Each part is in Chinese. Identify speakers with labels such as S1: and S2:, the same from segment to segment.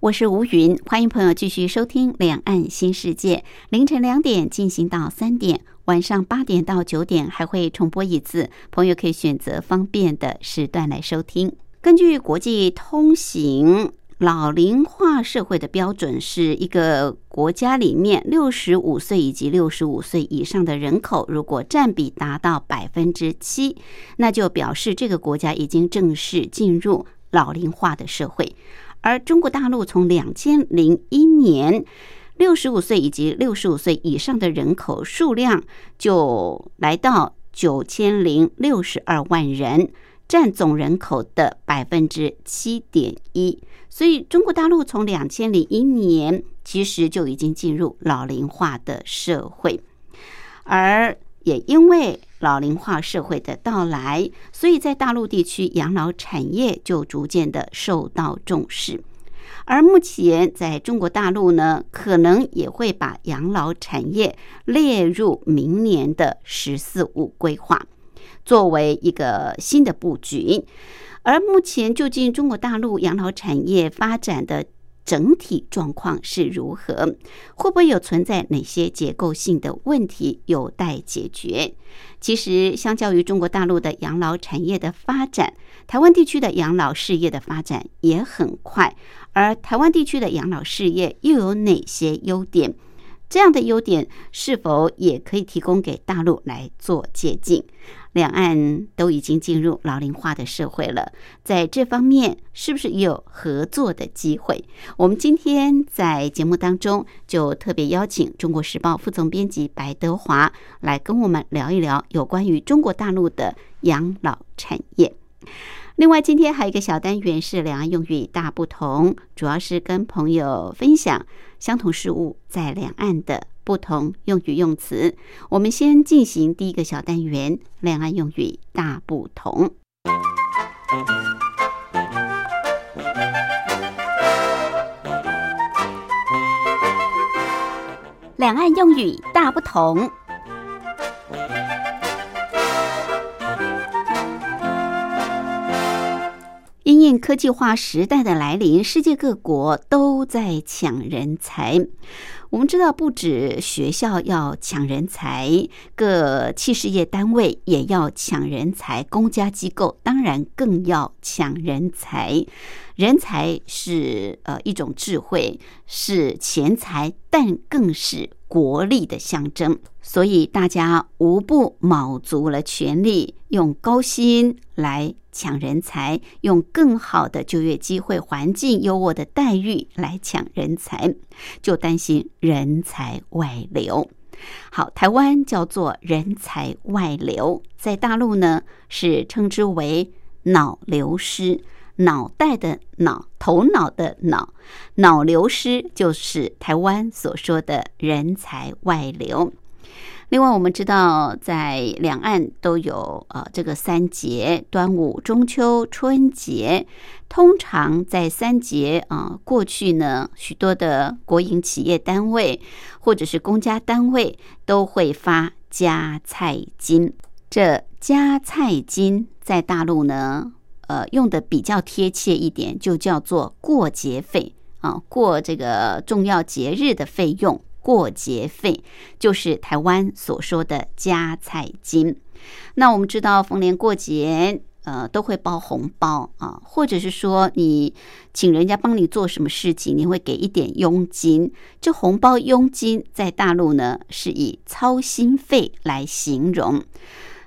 S1: 我是吴云，欢迎朋友继续收听《两岸新世界》。凌晨两点进行到三点，晚上八点到九点还会重播一次，朋友可以选择方便的时段来收听。根据国际通行老龄化社会的标准，是一个国家里面六十五岁以及六十五岁以上的人口，如果占比达到百分之七，那就表示这个国家已经正式进入老龄化的社会。而中国大陆从两千零一年，六十五岁以及六十五岁以上的人口数量就来到九千零六十二万人，占总人口的百分之七点一。所以，中国大陆从两千零一年其实就已经进入老龄化的社会，而也因为。老龄化社会的到来，所以在大陆地区养老产业就逐渐的受到重视。而目前在中国大陆呢，可能也会把养老产业列入明年的“十四五”规划，作为一个新的布局。而目前究竟中国大陆养老产业发展的整体状况是如何？会不会有存在哪些结构性的问题有待解决？其实，相较于中国大陆的养老产业的发展，台湾地区的养老事业的发展也很快。而台湾地区的养老事业又有哪些优点？这样的优点是否也可以提供给大陆来做借鉴？两岸都已经进入老龄化的社会了，在这方面是不是也有合作的机会？我们今天在节目当中就特别邀请《中国时报》副总编辑白德华来跟我们聊一聊有关于中国大陆的养老产业。另外，今天还有一个小单元是两岸用语大不同，主要是跟朋友分享相同事物在两岸的不同用语用词。我们先进行第一个小单元：两岸用语大不同。两岸用语大不同。因应科技化时代的来临，世界各国都在抢人才。我们知道，不止学校要抢人才，各企事业单位也要抢人才，公家机构当然更要抢人才。人才是呃一种智慧，是钱财，但更是国力的象征。所以大家无不卯足了全力，用高薪来。抢人才，用更好的就业机会、环境优渥的待遇来抢人才，就担心人才外流。好，台湾叫做人才外流，在大陆呢是称之为脑流失，脑袋的脑，头脑的脑，脑流失就是台湾所说的人才外流。另外，我们知道，在两岸都有呃这个三节：端午、中秋、春节。通常在三节啊、呃，过去呢，许多的国营企业单位或者是公家单位都会发加菜金。这加菜金在大陆呢，呃，用的比较贴切一点，就叫做过节费啊、呃，过这个重要节日的费用。过节费就是台湾所说的加菜金。那我们知道逢年过节，呃，都会包红包啊，或者是说你请人家帮你做什么事情，你会给一点佣金。这红包佣金在大陆呢是以操心费来形容。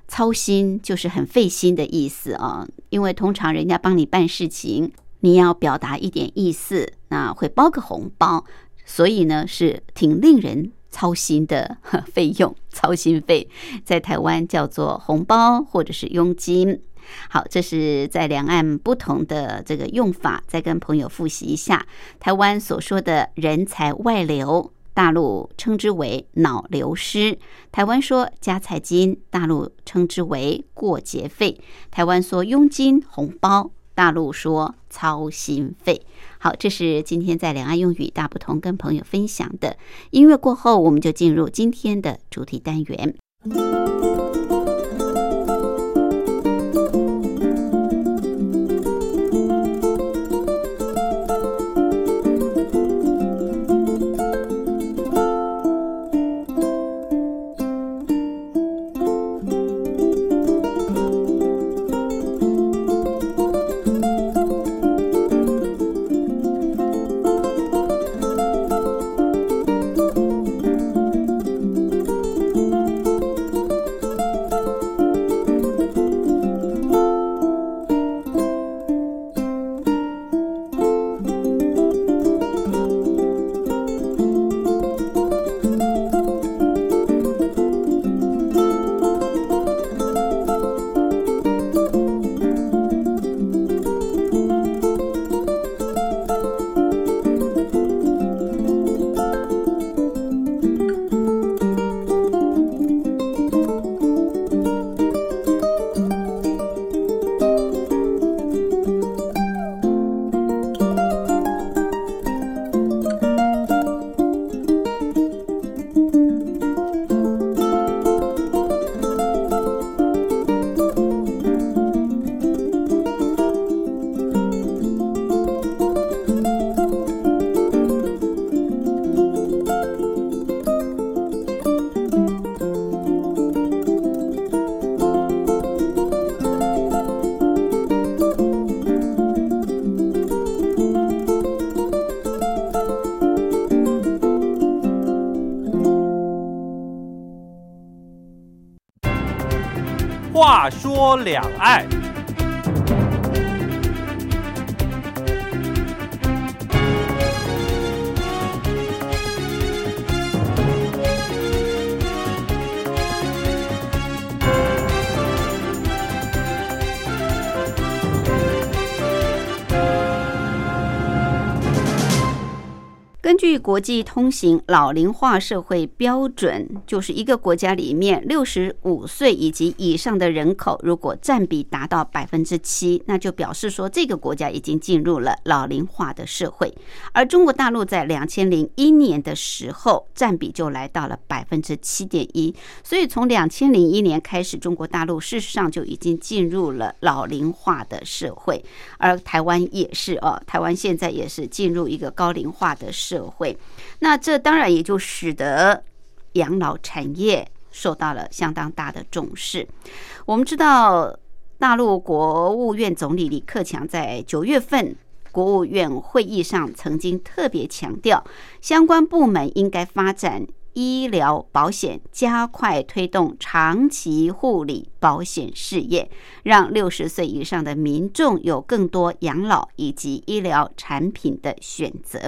S1: 操心就是很费心的意思啊，因为通常人家帮你办事情，你要表达一点意思，那会包个红包。所以呢，是挺令人操心的 费用，操心费在台湾叫做红包或者是佣金。好，这是在两岸不同的这个用法，再跟朋友复习一下。台湾所说的人才外流，大陆称之为脑流失；台湾说加菜金，大陆称之为过节费；台湾说佣金、红包，大陆说操心费。好，这是今天在两岸用语大不同跟朋友分享的音乐过后，我们就进入今天的主题单元。
S2: 话说两岸，
S1: 根据国际通行老龄化社会标准，就是一个国家里面六十五岁以及以上的人口，如果占比达到百分之七，那就表示说这个国家已经进入了老龄化的社会。而中国大陆在两千零一年的时候，占比就来到了百分之七点一，所以从两千零一年开始，中国大陆事实上就已经进入了老龄化的社会，而台湾也是哦，台湾现在也是进入一个高龄化的社会，那这当然也就使得养老产业受到了相当大的重视。我们知道，大陆国务院总理李克强在九月份国务院会议上曾经特别强调，相关部门应该发展医疗保险，加快推动长期护理保险事业，让六十岁以上的民众有更多养老以及医疗产品的选择。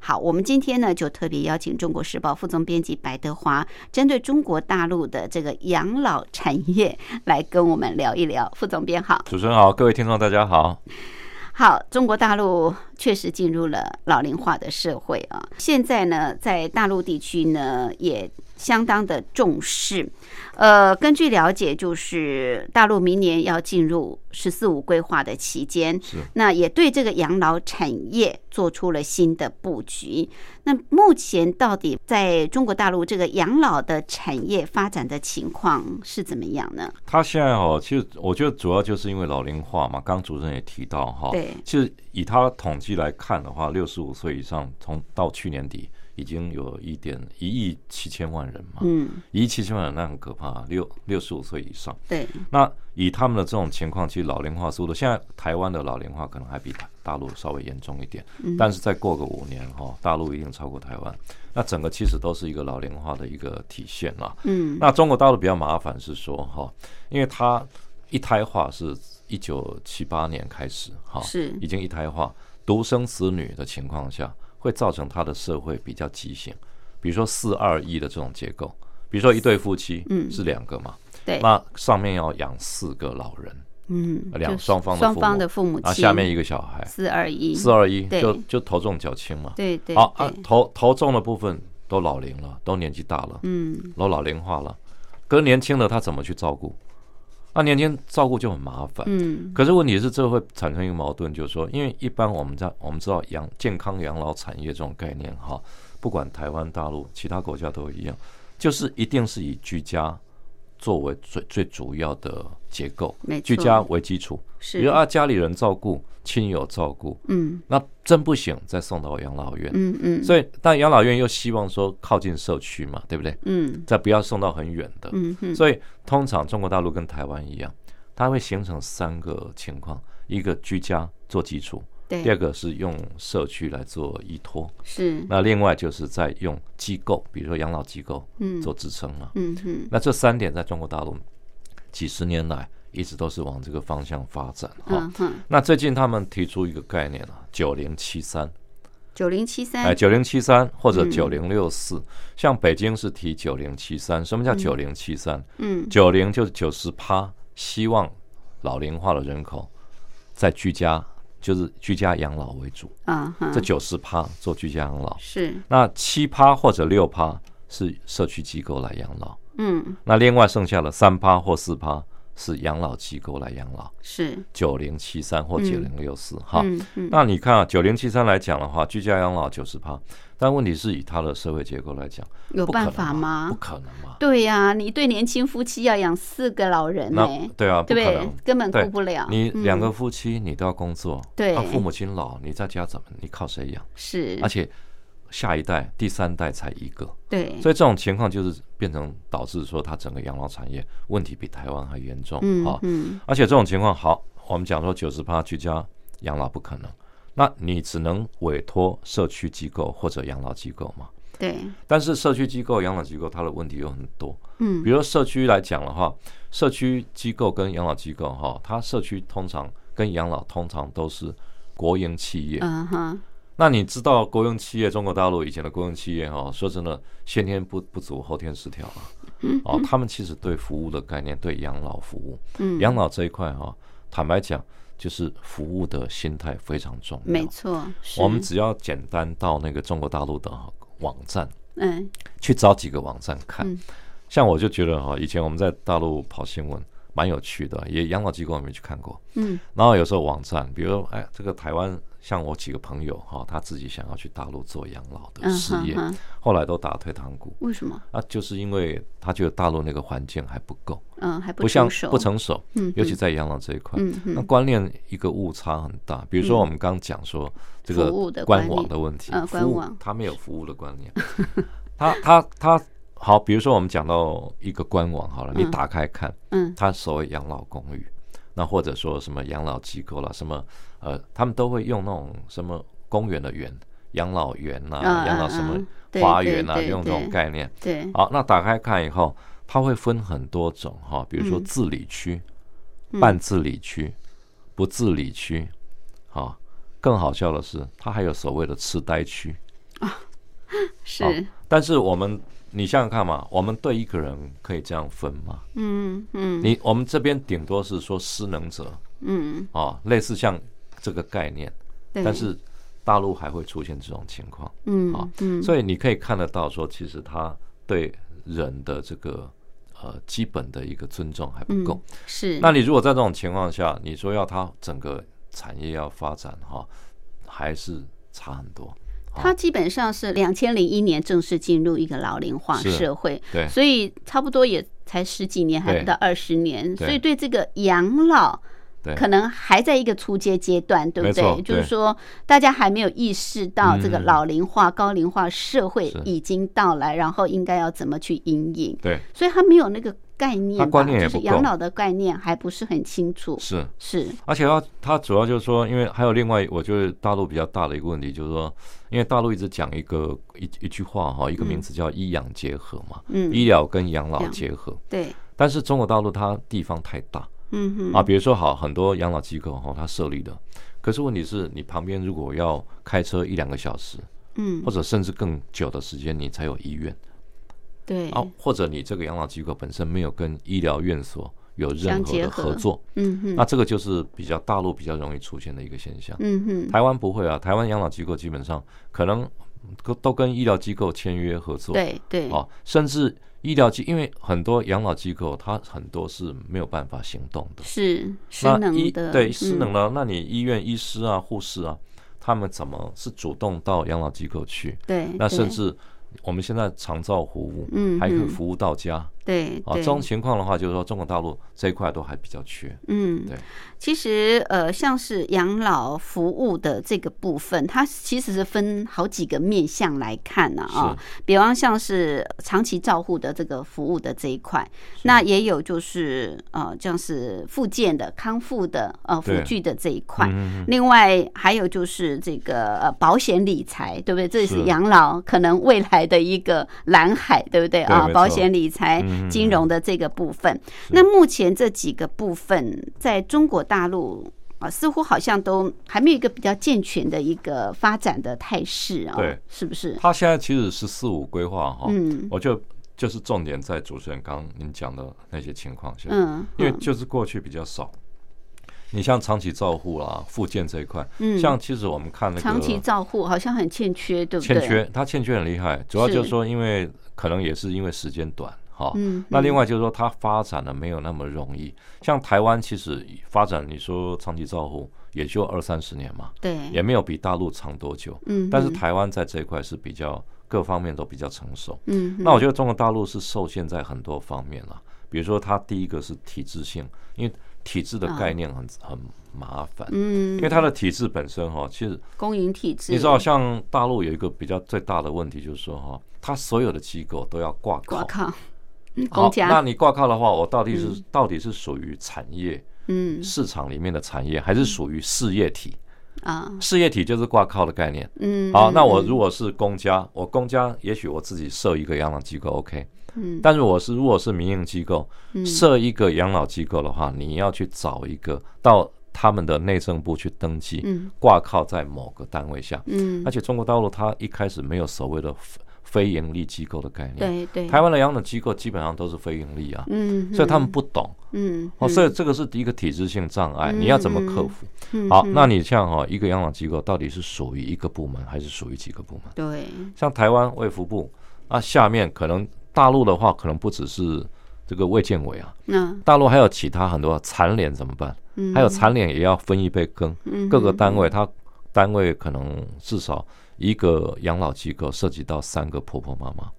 S1: 好，我们今天呢就特别邀请《中国时报》副总编辑白德华，针对中国大陆的这个养老产业来跟我们聊一聊。副总编好，
S3: 主持人好，各位听众大家好。
S1: 好，中国大陆确实进入了老龄化的社会啊。现在呢，在大陆地区呢，也相当的重视。呃，根据了解，就是大陆明年要进入“十四五”规划的期间，
S3: 是
S1: 那也对这个养老产业做出了新的布局。那目前到底在中国大陆这个养老的产业发展的情况是怎么样呢？
S3: 他现在哦，其实我觉得主要就是因为老龄化嘛，刚刚主持人也提到哈、
S1: 对
S3: 其实以他统计来看的话，六十五岁以上从到去年底已经有一点一亿七千万人嘛，
S1: 嗯，
S3: 一亿七千万人那很可怕，啊六六十五岁以上。
S1: 对，
S3: 那以他们的这种情况，其实老龄化速度，现在台湾的老龄化可能还比大大陆稍微严重一点，但是再过个五年哈、大陆一定超过台湾。那整个其实都是一个老龄化的一个体现啦。
S1: 嗯，
S3: 那中国大陆比较麻烦是说哈，因为它一胎化是一九七八年开始哈，
S1: 是
S3: 已经一胎化，独生子女的情况下，会造成它的社会比较畸形，比如说四二一的这种结构，比如说一对夫妻，
S1: 嗯
S3: 是两个嘛，
S1: 对，
S3: 那上面要养四个老人，
S1: 嗯，
S3: 两
S1: 就
S3: 双方的
S1: 双
S3: 父
S1: 方
S3: 母
S1: 的父母
S3: 啊，
S1: 亲，
S3: 下面一个小孩，
S1: 四二一，
S3: 四二一
S1: 对
S3: 就就头重脚轻嘛。
S1: 对对，
S3: 好啊
S1: 对，
S3: 头头重的部分都老龄了，都年纪大了，
S1: 嗯
S3: 都老龄化了，跟年轻的他怎么去照顾？那年轻照顾就很麻烦。
S1: 嗯
S3: 可是问题是，这会产生一个矛盾，就是说，因为一般我们在我们知道养健康养老产业这种概念哈，不管台湾、大陆、其他国家都一样，就是一定是以居家作为最最主要的结构
S1: 没，错
S3: 居家为基础，比
S1: 是
S3: 如，啊家里人照顾、亲友照顾，
S1: 嗯
S3: 那真不行再送到养老院。
S1: 嗯嗯，以
S3: 所以，但养老院又希望说靠近社区嘛，对不对？
S1: 嗯
S3: 再不要送到很远的。
S1: 嗯嗯，
S3: 所以通常中国大陆跟台湾一样，它会形成三个情况：一个居家做基础，第二
S1: 对
S3: 个是用社区来做依托，
S1: 是，
S3: 那另外就是在用机构，比如说养老机构
S1: 嗯
S3: 做支撑嘛。
S1: 嗯嗯
S3: 那这三点在中国大陆几十年来一直都是往这个方向发展哈。
S1: 嗯哼，
S3: 那最近他们提出一个概念啊，九零七三，
S1: 九零七三
S3: 哎，，九零七三或者
S1: 嗯
S3: 九零六四，像北京是提九零七三，什么叫九零七三？
S1: 嗯
S3: 九零就是九十趴，希望老龄化的人口在居家，就是居家养老为主，
S1: 啊哈
S3: 这，九十趴做居家养老。
S1: 是，
S3: 那七趴或者六趴是社区机构来养老，
S1: 嗯
S3: 那另外剩下的三趴或四趴是养老机构来养老。
S1: 是，
S3: 九零七三或九零六四哈，
S1: 嗯嗯
S3: 那你看啊，九零七三来讲的话，居家养老九十趴，但问题是以它的社会结构来讲，
S1: 有
S3: 不可
S1: 办
S3: 能
S1: 法
S3: 嘛
S1: 吗
S3: 不？可能嘛？
S1: 对呀，你一对年轻夫妻要养四个老人呢，
S3: 那对啊，不
S1: 对不
S3: 可
S1: 对
S3: 能。？
S1: 根本
S3: 对
S1: 顾不了，
S3: 你
S1: 嗯
S3: 两个夫妻，你都要工作，
S1: 对
S3: 那父母亲老，你在家怎么？你靠谁养？
S1: 是
S3: 而，且下一代、第三代才一个，
S1: 对，
S3: 所以这种情况就是变成导致说，它整个养老产业问题比台湾还严重
S1: 嗯
S3: 啊。
S1: 嗯
S3: 而且这种情况，好，我们讲说九十趴居家养老不可能，那你只能委托社区机构或者养老机构嘛。
S1: 对，
S3: 但是社区机构、养老机构它的问题又很多，
S1: 嗯
S3: 比如社区来讲的话，社区机构跟养老机构哈，它社区通常跟养老通常都是国营企业。
S1: 嗯哈，
S3: 那你知道国营企业，中国大陆以前的国营企业哈，说真的，先天不不足，后天失调啊。哦，他们其实对服务的概念，对养老服务，
S1: 嗯，
S3: 养老这一块哈，坦白讲，就是服务的心态非常重要
S1: 没。错，是
S3: 我们只要简单到那个中国大陆的哈网站
S1: 嗯
S3: 去找几个网站看。
S1: 嗯
S3: 像我就觉得哈，以前我们在大陆跑新闻蛮有趣的，也养老机构我们也去看过。
S1: 嗯
S3: 然后有时候网站，比如说哎，这个台湾像我几个朋友哈，他自己想要去大陆做养老的
S1: 嗯
S3: 呃事
S1: 哈
S3: 业，
S1: 哈，
S3: 后来都打退堂鼓。
S1: 为什么？
S3: 啊，就是因为他觉得大陆那个环境还不够，
S1: 嗯，还
S3: 不像
S1: 成熟，
S3: 不成熟，
S1: 嗯，
S3: 尤
S1: 嗯
S3: 其在养老这一块，
S1: 嗯
S3: 那
S1: 嗯
S3: 观念一个误差很大。比如说我们刚讲说这个
S1: 服务的观
S3: 官
S1: 念
S3: 网的问题，
S1: 呃
S3: 服
S1: 官
S3: 务
S1: 网
S3: 他没有服务的观 念，他他他好，比如说我们讲到一个官网好了，你
S1: 嗯
S3: 打开看，
S1: 嗯
S3: 它所谓养老公寓，那或者说什么养老机构啦，什么呃，他们都会用那种什么公园的园、养老园呐、
S1: 嗯
S3: 养老
S1: 嗯
S3: 什么
S1: 嗯对
S3: 花
S1: 对
S3: 园呐、
S1: 对
S3: 用这种
S1: 对
S3: 概念。
S1: 对，
S3: 好，那打开看以后，它会分很多种哈，比如说
S1: 嗯
S3: 自理区、
S1: 嗯
S3: 半自理区、不自理区，啊，更好笑的是，它还有所谓的痴呆区。好
S1: 是，
S3: 但是我们，你想想看嘛，我们对一个人可以这样分吗？
S1: 嗯嗯
S3: 你我们这边顶多是说失能者
S1: 嗯，
S3: 啊，类似像这个概念，
S1: 对，
S3: 但是大陆还会出现这种情况，
S1: 嗯
S3: 啊
S1: 嗯，
S3: 所以你可以看得到说，其实他对人的这个呃基本的一个尊重还不够。
S1: 嗯是
S3: 那你如果在这种情况下，你说要他整个产业要发展哈、还是差很多。啊
S1: 它基本上是两千零一年正式进入一个老龄化
S3: 是
S1: 社会，
S3: 对
S1: 所以差不多也才十几年，还
S3: 对
S1: 不到二十年，
S3: 对
S1: 所以对这个养老
S3: 对。
S1: 可能还在一个初阶阶段，对不
S3: 没
S1: 对？
S3: 错
S1: 就是
S3: 对
S1: 说，大家还没有意识到这个
S3: 嗯
S1: 老龄化、高龄化社会
S3: 是
S1: 已经到来，然后应该要怎么去应应，
S3: 对，
S1: 所以他没有那个概念吧，
S3: 他观念也
S1: 就是
S3: 不够
S1: 养老的概念还不是很清楚。
S3: 是，
S1: 是，
S3: 而且他他主要就是说，因为还有另外，我觉得大陆比较大的一个问题就是说，因为大陆一直讲一个一一句话哈，一个名词叫医养结合嘛，
S1: 嗯，
S3: 医疗跟养老
S1: 养
S3: 结合。
S1: 对，
S3: 但是中国大陆它地方太大
S1: 嗯哼，
S3: 啊，比如说好很多养老机构哈，它设立的，可是问题是你旁边如果要开车一两个小时，
S1: 嗯
S3: 或，者甚至更久的时间，你才有医院
S1: 对，嗯
S3: 哦啊，或者你这个养老机构本身没有跟医疗院所有任何的合作。
S1: 嗯哼，
S3: 那这个就是比较大陆比较容易出现的一个现象。
S1: 嗯哼，
S3: 台湾不会啊，台湾养老机构基本上可能都都跟医疗机构签约合作。
S1: 对对，
S3: 哦，甚至医疗机，因为很多养老机构它很多是没有办法行动的，
S1: 是失
S3: 那医
S1: 能的，
S3: 对失
S1: 嗯
S3: 能了，那你医院医师啊、护士啊，他们怎么是主动到养老机构去？
S1: 嗯对，
S3: 那
S1: 对
S3: 甚至我们现在长照服务，
S1: 嗯
S3: 还可以
S1: 嗯
S3: 服务到家啊。
S1: 对对
S3: 这种情况的话，就是说中国大陆这一块都还比较缺。
S1: 嗯，
S3: 对
S1: 其实呃，像是养老服务的这个部分，它其实是分好几个面向来看呢啊、比方像是长期照护的这个服务的这一块，那也有就是呃，像是复健的、康复的、呃辅
S3: 对
S1: 具的这一块。
S3: 嗯，
S1: 另外还有就是这个呃保险理财，对不对？这也是
S3: 是
S1: 养老可能未来的一个蓝海，对不对
S3: 对
S1: 啊？
S3: 没错
S1: 保险理财、
S3: 嗯
S1: 金融的这个部分，那目前这几个部分在中国大陆。啊，似乎好像都还没有一个比较健全的一个发展的态势啊、
S3: 对哦
S1: 是不是？
S3: 他现在其实“十四五”规划哈，
S1: 嗯
S3: 我就就是重点在主持人刚刚您讲的那些情况下，
S1: 嗯，
S3: 因为
S1: 嗯
S3: 就是过去比较少。你像长期照护啦、复健这一块，
S1: 嗯
S3: 像其实我们看那个
S1: 长期照护好像很欠缺，对不对？
S3: 欠缺，它欠缺很厉害，主要就是说，因为可能也是因为时间短哈。
S1: 嗯，嗯，
S3: 那另外就是说，它发展的没有那么容易。像台湾其实发展，你说长期照护也就二三十年嘛，
S1: 对，
S3: 也没有比大陆长多久。
S1: 嗯，
S3: 但是
S1: 嗯
S3: 台湾在这一块是比较各方面都比较成熟。
S1: 嗯，
S3: 那我觉得中国大陆是受限在很多方面了，比如说它第一个是体制性，因为体制的概念很很麻烦，
S1: 啊嗯
S3: 因为它的体制本身哈，其实
S1: 公营体制，
S3: 你知道，像大陆有一个比较最大的问题就是说哈，它所有的机构都要挂
S1: 我
S3: 靠。
S1: 靠，嗯公
S3: 好，那
S1: 家，
S3: 你挂靠的话，我到底是到底是属于产业
S1: 嗯
S3: 市场里面的产业，还是属于事业体？
S1: 啊，
S3: 事业体就是挂靠的概念。
S1: 嗯，
S3: 好，
S1: 嗯
S3: 那我如果是公家，我公家也许我自己设一个养老机构，OK。
S1: 嗯
S3: 但是我是如果是民营机构
S1: 嗯
S3: 设一个养老机构的话，你要去找一个到他们的内政部去登记，
S1: 嗯
S3: 挂靠在某个单位下。
S1: 嗯
S3: 而，且中国大陆它一开始没有所谓的非非盈利机构的概念，
S1: 对对，
S3: 台湾的养老机构基本上都是非盈利啊，
S1: 嗯，
S3: 所以他们不懂
S1: 嗯，嗯，
S3: 哦，所以这个是一个体制性障碍，你要怎么克服？
S1: 嗯
S3: 好，那你像哦，一个养老机构到底是属于一个部门还是属于几个部门？
S1: 对，
S3: 像台湾卫福部，那下面可能大陆的话，可能不只是这个卫健委啊，
S1: 那
S3: 大陆还有其他很多残联怎么办？
S1: 嗯
S3: 还有残联也要分一杯羹，
S1: 嗯
S3: 各个单位它单位可能至少一个养老机构涉及到三个婆婆妈 妈，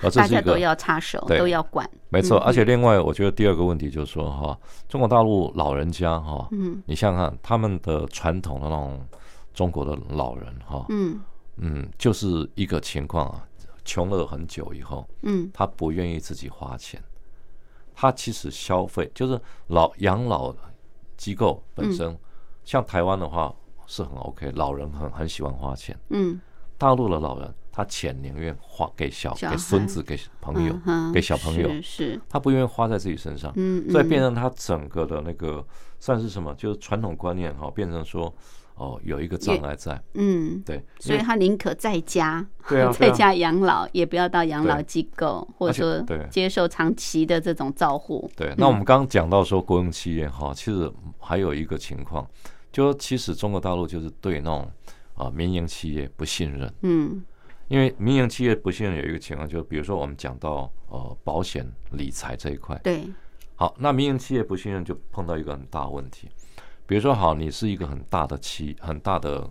S3: 而这
S1: 大
S3: 是
S1: 家
S3: 一
S1: 都
S3: 个
S1: 要嗯插手，
S3: 对
S1: 都要管，
S3: 没错。而且另外，我觉得第二个问题就是说哈，中国大陆老人家哈，
S1: 嗯
S3: 你想想看他们的传统的那种中国的老人哈，
S1: 嗯
S3: 嗯，就是一个情况啊，穷了很久以后，
S1: 嗯
S3: 他不愿意自己花钱，他其实消费就是老养老机构本身，
S1: 嗯
S3: 像台湾的话是很 OK，老人很很喜欢花钱，
S1: 嗯，
S3: 大陆的老人他钱宁愿花给小
S1: 小孩
S3: 给孙子给朋友
S1: 嗯，哼
S3: 给小朋友
S1: 是是，
S3: 他不愿意花在自己身上，
S1: 嗯，
S3: 所以
S1: 嗯
S3: 变成他整个的那个算是什么，就是传统观念哈、变成说哦有一个障碍在，
S1: 嗯。
S3: 对，
S1: 所以
S3: 因为
S1: 他宁可在家，
S3: 对啊
S1: 在
S3: 对啊
S1: 家养老，也不要到养
S3: 对
S1: 老机构，或
S3: 而
S1: 者
S3: 且
S1: 说
S3: 对
S1: 接受长期的这种照护。
S3: 对，那我们刚刚讲到说国营企业哈，其实还有一个情况，就说其实中国大陆就是对那种啊民营企业不信任，
S1: 嗯
S3: 因为民营企业不信任有一个情况，就比如说我们讲到呃保险理财这一块，
S1: 对，
S3: 好，那民营企业不信任就碰到一个很大问题，比如说好，你是一个很大的企很大的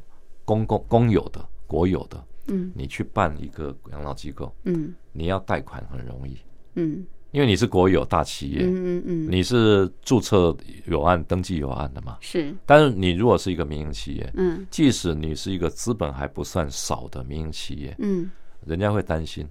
S3: 公共公有的国有的，
S1: 嗯
S3: 你去办一个养老机构，
S1: 嗯
S3: 你要贷款很容易，
S1: 嗯
S3: 因为你是国有大企业，
S1: 嗯嗯嗯，
S3: 你是注册有案、登记有案的嘛？
S1: 是
S3: 但是你如果是一个民营企业，
S1: 嗯
S3: 即使你是一个资本还不算少的民营企业，
S1: 嗯
S3: 人家会担心，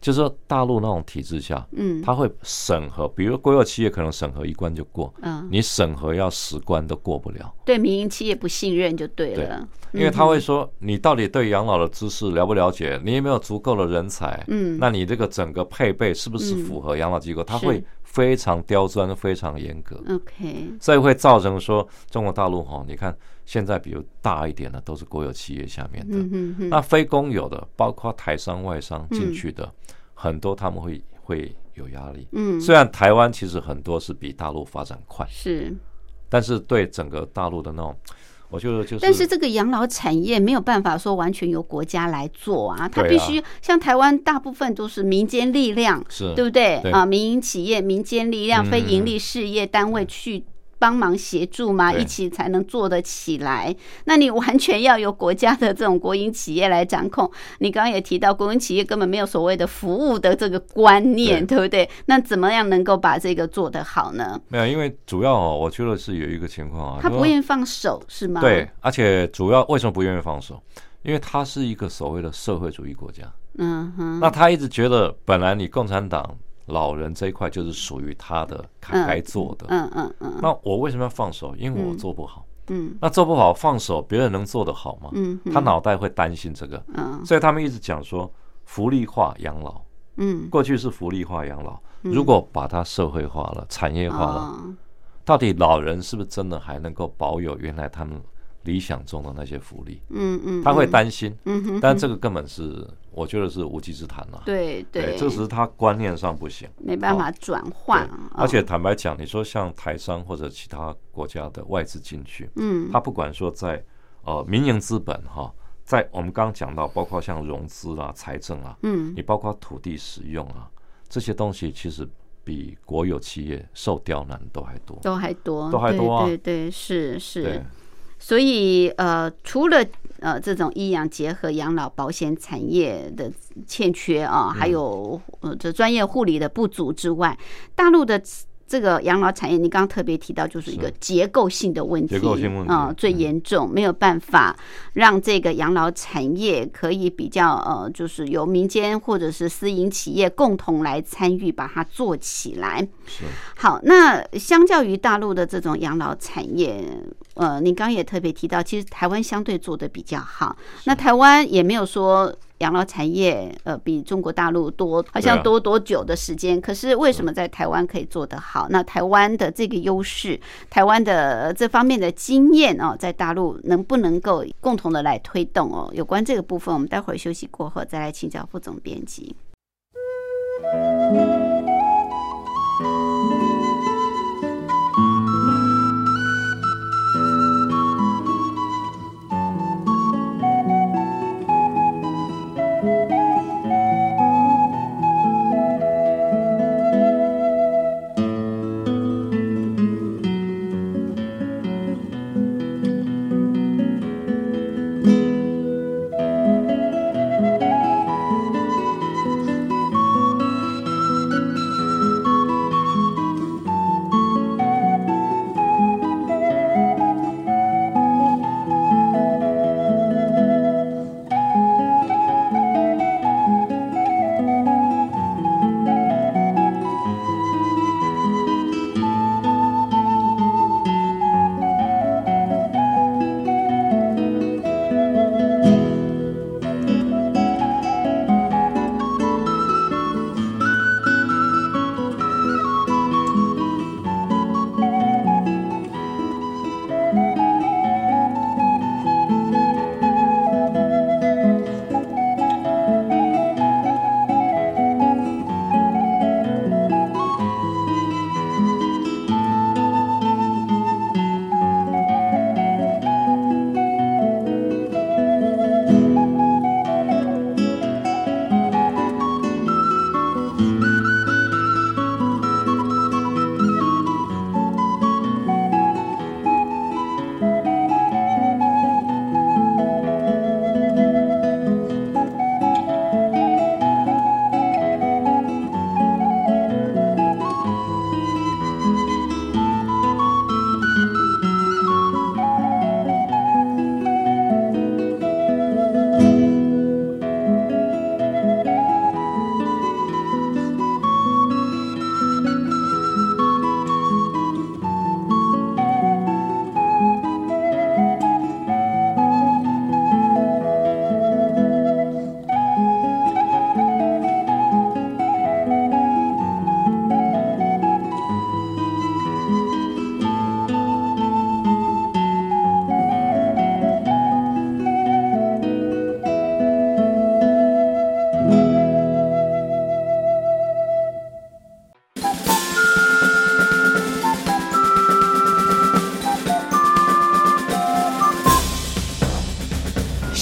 S3: 就是说大陆那种体制下，
S1: 嗯，
S3: 他会审核，比如国有企业可能审核一关就过，
S1: 嗯，
S3: 你审核要十关都过不了，
S1: 对民营企业不信任就对
S3: 对
S1: 了。
S3: 因为他
S1: 嗯
S3: 会说你到底对养老的知识了不了解，你有没有足够的人才？
S1: 嗯，
S3: 那你这个整个配备是不是符合养老机构？他
S1: 是
S3: 会非常刁钻，非常严格。
S1: OK，
S3: 所以会造成说中国大陆哈，你看现在比如大一点的都是国有企业下面的，
S1: 嗯哼哼，
S3: 那非公有的，包括台商、外商
S1: 嗯
S3: 进去的，很多他们会会有压力。
S1: 嗯，
S3: 虽然台湾其实很多是比大陆发展快，
S1: 是，
S3: 但是对整个大陆的那种，我觉得就是，
S1: 但是这个养老产业没有办法说完全由国家来做啊，它
S3: 对
S1: 必
S3: 啊
S1: 须像台湾大部分都是民间力量，
S3: 是
S1: 对不对？
S3: 对嗯
S1: 啊，民营企业、民间力量、非盈利事业单位去。帮忙协助嘛，
S3: 对
S1: 一起才能做得起来。那你完全要由国家的这种国营企业来掌控。你刚刚也提到，国营企业根本没有所谓的服务的这个观念，对不对？那怎么样能够把这个做得好呢？
S3: 没有，因为主要哦，我觉得是有一个情况啊，
S1: 他
S3: 就
S1: 不
S3: 是说
S1: 愿意放手是吗？
S3: 对，，而且主要为什么不愿意放手？因为它是一个所谓的社会主义国家，
S1: 嗯哼，
S3: 那他一直觉得本来你共产党老人这一块就是属于他的该
S1: 嗯
S3: 该做的，
S1: 嗯嗯嗯
S3: 那我为什么要放手？因为我做不好，
S1: 嗯
S3: 那做不好放手，别人能做得好吗？
S1: 嗯哼，
S3: 他脑袋会担心这个，
S1: 嗯
S3: 所以他们一直讲说福利化养老，
S1: 嗯
S3: 过去是福利化养老，如果把它社会化了、产业化了，
S1: 哦
S3: 到底老人是不是真的还能够保有原来他们理想中的那些福利？
S1: 嗯嗯，
S3: 他会
S1: 嗯
S3: 担心，
S1: 嗯哼，
S3: 但这个根本是我觉得是无稽之谈了、
S1: 对对，
S3: 这只是他观念上不行。
S1: 没办法转换
S3: 对，
S1: 哦
S3: 而且坦白讲，你说像台商或者其他国家的外资进去，
S1: 嗯
S3: 他不管说在呃民营资本哈，在我们刚刚讲到，包括像融资啊、财政啊，
S1: 嗯
S3: 你包括土地使用啊这些东西，其实比国有企业受刁难都还多。
S1: 都还多，
S3: 都还多啊
S1: 对对对，是是
S3: 对，，
S1: 所以呃，除了呃这种医养结合养老保险产业的欠缺
S3: 嗯
S1: 啊，还有呃这专业护理的不足之外，大陆的。这个养老产业，你刚刚特别提到，就是一个
S3: 是
S1: 结构性的问题，
S3: 结构性问题
S1: 啊、最
S3: 嗯
S1: 严重，没有办法让这个养老产业可以比较呃，就是由民间或者是私营企业共同来参与，把它做起来。
S3: 是
S1: 好，那相较于大陆的这种养老产业，呃，你刚刚也特别提到，其实台湾相对做的比较好。那台湾也没有说养老产业呃比中国大陆多，好像
S3: 对啊
S1: 多多久的时间。可是为什么在台湾可以做得好？那台湾的这个优势，台湾的呃这方面的经验哦，在大陆能不能够共同的来推动哦？有关这个部分，我们待会儿休息过后再来请教副总编辑。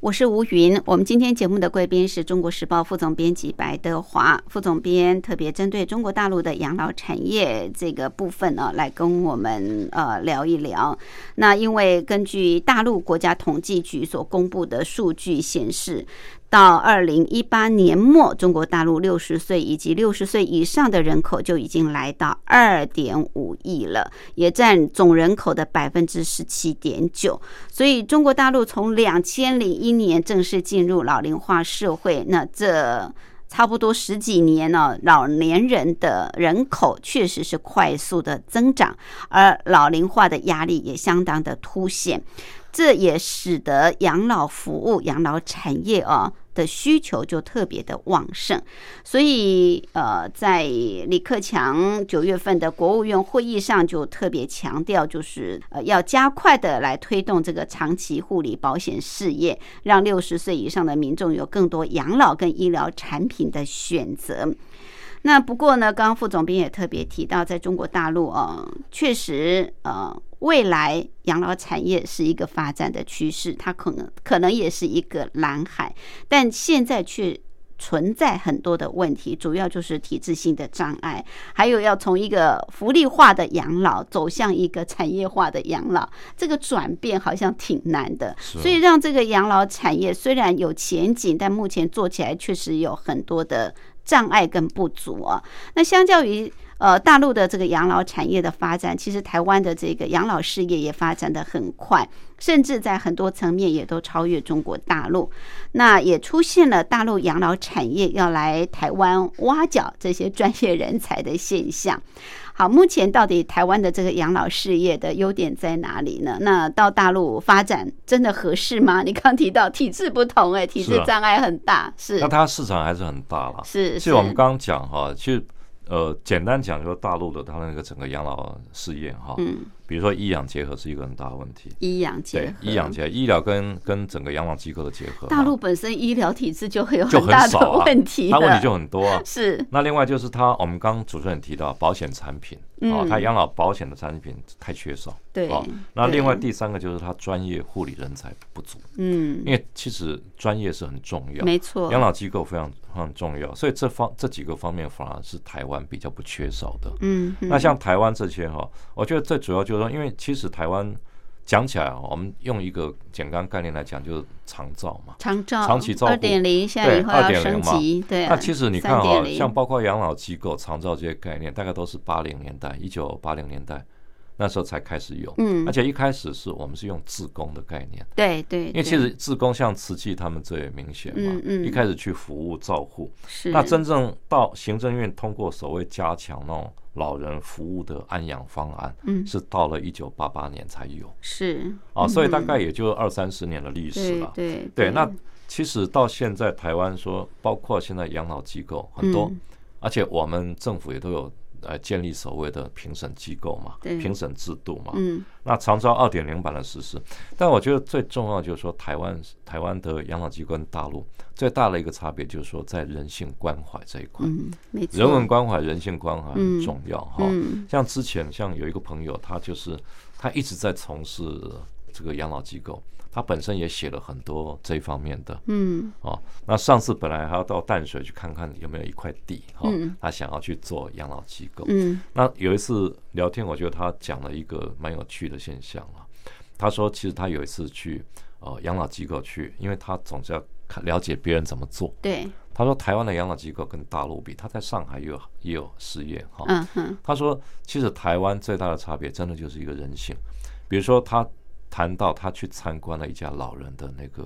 S1: 我是吴云，我们今天节目的贵宾是中国时报副总编辑白德华副总编，特别针对中国大陆的养老产业这个部分呢、来跟我们呃聊一聊。那因为根据大陆国家统计局所公布的数据显示，到二零一八年末，中国大陆六十岁以及六十岁以上的人口就已经来到二点五亿了，也占总人口的百分之十七点九。所以，中国大陆从两千零一年正式进入老龄化社会，那这差不多十几年呢、老年人的人口确实是快速的增长，而老龄化的压力也相当的凸显。这也使得养老服务、养老产业啊的需求就特别的旺盛，所以呃，在李克强九月份的国务院会议上就特别强调，就是呃要加快的来推动这个长期护理保险事业，让六十岁以上的民众有更多养老跟医疗产品的选择。那不过呢，刚刚副总编也特别提到，在中国大陆啊，确实呃，未来养老产业是一个发展的趋势，它可能可能也是一个蓝海，但现在却。存在很多的问题，主要就是体制性的障碍，还有要从一个福利化的养老走向一个产业化的养老，这个转变好像挺难的。
S3: 是啊
S1: 所以让这个养老产业虽然有前景，但目前做起来确实有很多的障碍跟不足啊。那相较于呃大陆的这个养老产业的发展，其实台湾的这个养老事业也发展的很快，甚至在很多层面也都超越中国大陆。那也出现了大陆养老产业要来台湾挖角这些专业人才的现象。好，目前到底台湾的这个养老事业的优点在哪里呢？那到大陆发展真的合适吗？你刚提到体制不同、哎，体
S3: 是
S1: 制
S3: 啊
S1: 障碍很大，是
S3: 那它市场还是很大了。
S1: 是
S3: 其实我们刚刚讲哈，其实呃，简单讲就是大陆的它那个整个养老事业哈，
S1: 嗯，
S3: 比如说医养结合是一个很大的问题。
S1: 医养结
S3: 对
S1: 合，，
S3: 医养结合，医疗跟跟整个养老机构的结合嘛，
S1: 大陆本身医疗体制就会有
S3: 就
S1: 很
S3: 很
S1: 大
S3: 少
S1: 的
S3: 啊
S1: 问题
S3: 它
S1: 了，
S3: 问题就很多啊。
S1: 是
S3: 那另外就是它，我们刚刚主持人提到保险产品，哦
S1: 嗯，
S3: 它养老保险的产品太缺少。
S1: 对
S3: 哦，那另外
S1: 对
S3: 第三个就是它专业护理人才不足，
S1: 嗯
S3: 因，为其实专业是很重要，
S1: 没错，
S3: 养老机构非常非常重要，所以这方这几个方面反而是台湾比较不缺少的。
S1: 嗯，嗯
S3: 那像台湾这些哈，我觉得最主要就是说，因为其实台湾讲起来啊，我们用一个简单概念来讲，就是长照嘛。
S1: 长照
S3: 长期照
S1: 二
S3: 护
S1: 点零，现在以
S3: 对
S1: 后要
S3: 2.0
S1: 升
S3: 嘛
S1: 级，对啊，
S3: 那其实你看哈，
S1: 3.0
S3: 像包括养老机构、长照这些概念，大概都是八零年代、一九八零年代那时候才开始有，
S1: 嗯
S3: 而，且一开始是我们是用自工的概念，
S1: 对对，
S3: 因
S1: 对
S3: 为其实自工像慈济他们这也明显嘛
S1: 嗯，嗯
S3: 一开始去服务照护，
S1: 是
S3: 那真正到行政院通过所谓加强那种老人服务的安养方案，
S1: 嗯
S3: 是到了一九八八年才有
S1: 是
S3: 啊，所以大概也就二三十年的历史
S1: 嗯对
S3: 了。
S1: 对
S3: 对，那其实到现在台湾说，包括现在养老机构很多
S1: 嗯，
S3: 而且我们政府也都有呃建立所谓的评审机构嘛，
S1: 对
S3: 评审制度嘛。
S1: 嗯
S3: 那长照二点零版的实施，但我觉得最重要就是说，台湾台湾的养老机构跟大陆最大的一个差别就是说，在人性关怀这一块，
S1: 嗯，没错，
S3: 人文哦关怀、人性关怀
S1: 嗯
S3: 很重要哈。
S1: 嗯
S3: 像之前像有一个朋友，他就是他一直在从事这个养老机构，他本身也写了很多这一方面的
S1: 嗯
S3: 哦。那上次本来还要到淡水去看看有没有一块地哈、
S1: 嗯
S3: 他想要去做养老机构。
S1: 嗯
S3: 那有一次聊天，我觉得他讲了一个蛮有趣的现象啊。他说，其实他有一次去呃养老机构去，因为他总是要看了解别人怎么做。
S1: 对，
S3: 他说，台湾的养老机构跟大陆比，他在上海也有也有事业哈。
S1: 嗯哼
S3: 他说，其实台湾最大的差别真的就是一个人性，比如说他。谈到他去参观了一家老人的那个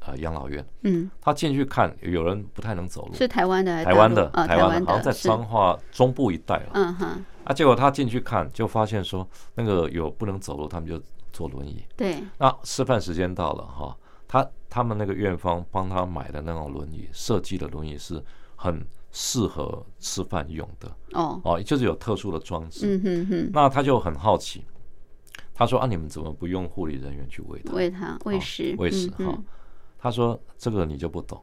S3: 呃养老院，
S1: 嗯，
S3: 他进去看，有人不太能走路，
S1: 是台湾的还是大
S3: 台
S1: 陆，
S3: 湾的，
S1: 哦，
S3: 台
S1: 湾
S3: 湾
S1: 的，
S3: 的，好像在
S1: 是
S3: 彰化中部一带了。
S1: 嗯哼，
S3: 啊，结果他进去看，就发现说那个有不能走路，他们就坐轮椅。
S1: 对，
S3: 那吃饭时间到了哈，他他们那个院方帮他买的那种轮椅，设计的轮椅是很适合吃饭用的
S1: 哦，
S3: 哦，就是有特殊的装置。
S1: 嗯哼哼，
S3: 那他就很好奇，他说啊，你们怎么不用护理人员去喂他？
S1: 喂它喂
S3: 哦
S1: 食，
S3: 喂食
S1: 嗯
S3: 哈。他说这个你就不懂，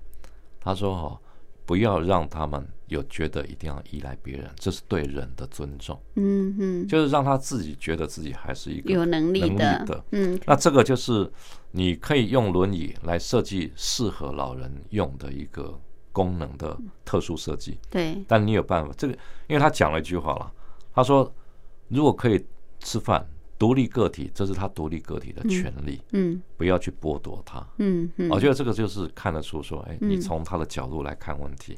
S3: 他说哈、不要让他们有觉得一定要依赖别人，这是对人的尊重，
S1: 嗯哼，
S3: 就是让他自己觉得自己还是一
S1: 有
S3: 个。
S1: 能力
S3: 能力
S1: 的
S3: 的，
S1: 嗯，
S3: 那这个就是你可以用轮椅来设计适合老人用的一个功能的
S1: 嗯
S3: 特殊设计，
S1: 对，
S3: 但你有办法。这个，因为他讲了一句话了，他说如果可以吃饭，独立个体，这是他独立个体的权利，
S1: 嗯
S3: 不要去剥夺他。
S1: 嗯嗯，
S3: 我觉得这个哦就是看得出说，哎，你
S1: 嗯
S3: 从他的角度来看问题。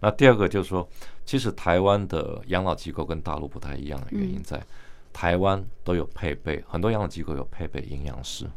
S3: 那第二个就是说，其实台湾的养老机构跟大陆不太一样的原因
S1: 嗯
S3: 在，台湾都有配备，很多养老机构有配备营养师。
S1: 嗯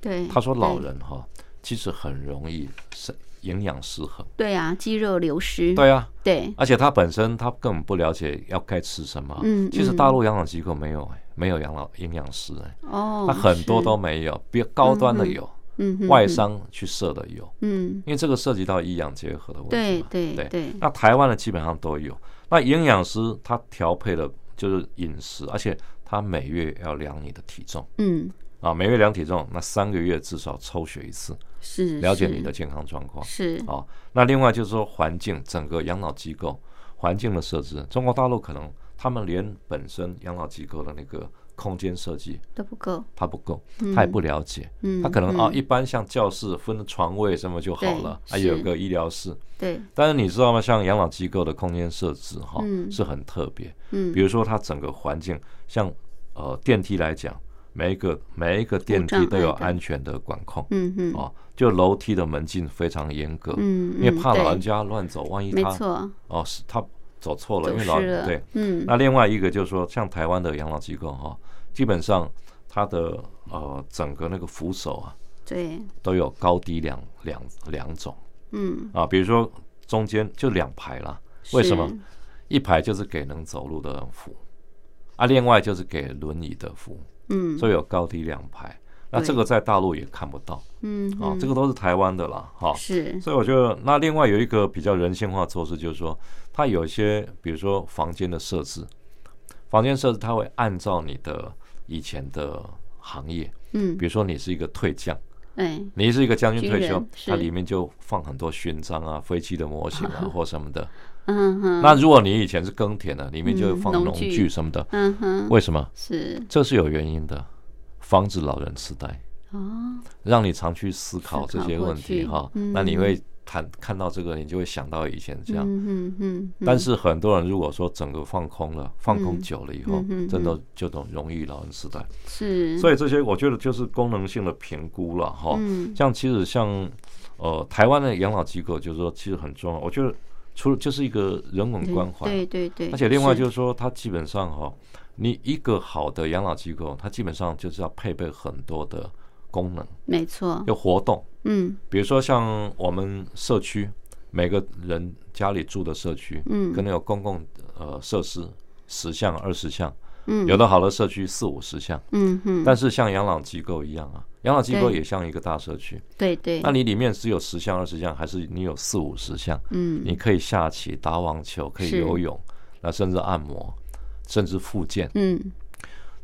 S1: 对，
S3: 他说老
S1: 对，
S3: 人哈，其实很容易是营养失衡。
S1: 对啊，肌肉流失，
S3: 对啊，
S1: 对，
S3: 而且他本身他根本不了解要该吃什么啊。
S1: 嗯
S3: 其实
S1: 嗯
S3: 大陆养老机构没有哎，没有养老营养师哎，
S1: 哦，
S3: 他很多
S1: 是
S3: 都没有，比高端的
S1: 嗯嗯
S3: 有，
S1: 嗯哼
S3: 外
S1: 哼，
S3: 商去设的有。
S1: 嗯，
S3: 因为这个涉及到医养结合的问
S1: 对
S3: 题嘛。
S1: 对
S3: 对
S1: 对，
S3: 那台湾的基本上都有。那营养师他调配的就是饮食，而且他每月要量你的体重
S1: 嗯，
S3: 啊，每月量体重，那三个月至少抽血一次，
S1: 是
S3: 了解你
S1: 是
S3: 的健康状况
S1: 是，
S3: 啊。那另外就是说环境，整个养老机构环境的设置，中国大陆可能他们连本身养老机构的那个空间设计
S1: 都不够，
S3: 他不够，他也不了解，
S1: 嗯，
S3: 他可能
S1: 嗯
S3: 啊，一般像教室分床位什么就好
S1: 对
S3: 了，还
S1: 是
S3: 有个医疗室。
S1: 对，
S3: 但是你知道吗？像养老机构的空间设置哈、
S1: 嗯
S3: 是很特别，
S1: 嗯，
S3: 比如说它整个环境，像呃电梯来讲，每一个每一个电
S1: 无障
S3: 梯
S1: 碍
S3: 都有
S1: 的
S3: 安全的管控
S1: 嗯嗯
S3: 哦，就楼梯的门禁非常严格，
S1: 嗯，
S3: 因为
S1: 嗯
S3: 怕老
S1: 对
S3: 人家乱走，万一
S1: 没
S3: 他
S1: 错，
S3: 哦是他走错了，
S1: 走
S3: 因为
S1: 失
S3: 老
S1: 了，
S3: 人对。
S1: 嗯，
S3: 那另外一个就是说，像台湾的养老机构哈、基本上它的呃整个那个扶手啊
S1: 对，
S3: 都有高低两两两种
S1: 嗯，
S3: 啊，比如说中间就两排啦。为什么
S1: 是？
S3: 一排就是给能走路的人扶，啊，另外就是给轮椅的扶，
S1: 嗯
S3: 所以有高低两排。那
S1: 对
S3: 这个在大陆也看不到
S1: 嗯
S3: 啊，
S1: 嗯
S3: 这个都是台湾的啦，哈、
S1: 是，
S3: 所以我觉得，那另外有一个比较人性化措施，就是说，它有一些，比如说房间的设置，房间设置它会按照你的以前的行业，
S1: 嗯
S3: 比，如说你是一个退将，
S1: 哎，
S3: 你是一个将军
S1: 军
S3: 退
S1: 人
S3: 休，
S1: 是
S3: 它里面就放很多勋章啊、飞机的模型 啊或什么的。
S1: 嗯哼，
S3: 那如果你以前是耕田的，里面就会放
S1: 嗯农
S3: 农
S1: 具
S3: 具什么的，
S1: 嗯哼，
S3: 为什么？
S1: 是
S3: 这是有原因的，防止老人痴呆，
S1: 哦，
S3: 让你常去思考
S1: 思
S3: 这
S1: 考
S3: 些
S1: 过
S3: 问题
S1: 去
S3: 哈。
S1: 嗯
S3: 那你会谈看到这个，你就会想到以前这样。
S1: 嗯嗯嗯，
S3: 但
S1: 嗯
S3: 是很多人如果说整个放空了，放空
S1: 嗯
S3: 久了以后，
S1: 嗯嗯
S3: 真的
S1: 嗯
S3: 就容容易老人痴呆。
S1: 是，
S3: 所
S1: 以
S3: 以这些我觉得就是功能性的评估了哈。
S1: 嗯
S3: 像其实像呃台湾的养老机构，就是说其实很重要。我觉得除了就是一个人文
S1: 嗯
S3: 关怀，
S1: 对对对，
S3: 而且另外就是是说，它基本上哈、你一个好的养老机构，它基本上就是要配备很多的功能，
S1: 没错，
S3: 有活动，
S1: 嗯
S3: 比如说像我们社区，每个人家里住的社区，
S1: 嗯
S3: 可能有公共呃设施十项、二十项，
S1: 嗯，
S3: 有的好的社区四五十项，
S1: 嗯哼，
S3: 但是像养老机构一样啊，养老机构
S1: 对
S3: 也像一个大社区，
S1: 对对
S3: 那，你里面只有十项、二十项，还是你有四五十项？
S1: 嗯
S3: 你可以下棋、打网球，可以
S1: 是
S3: 游泳，那甚至按摩，甚至复健，
S1: 嗯，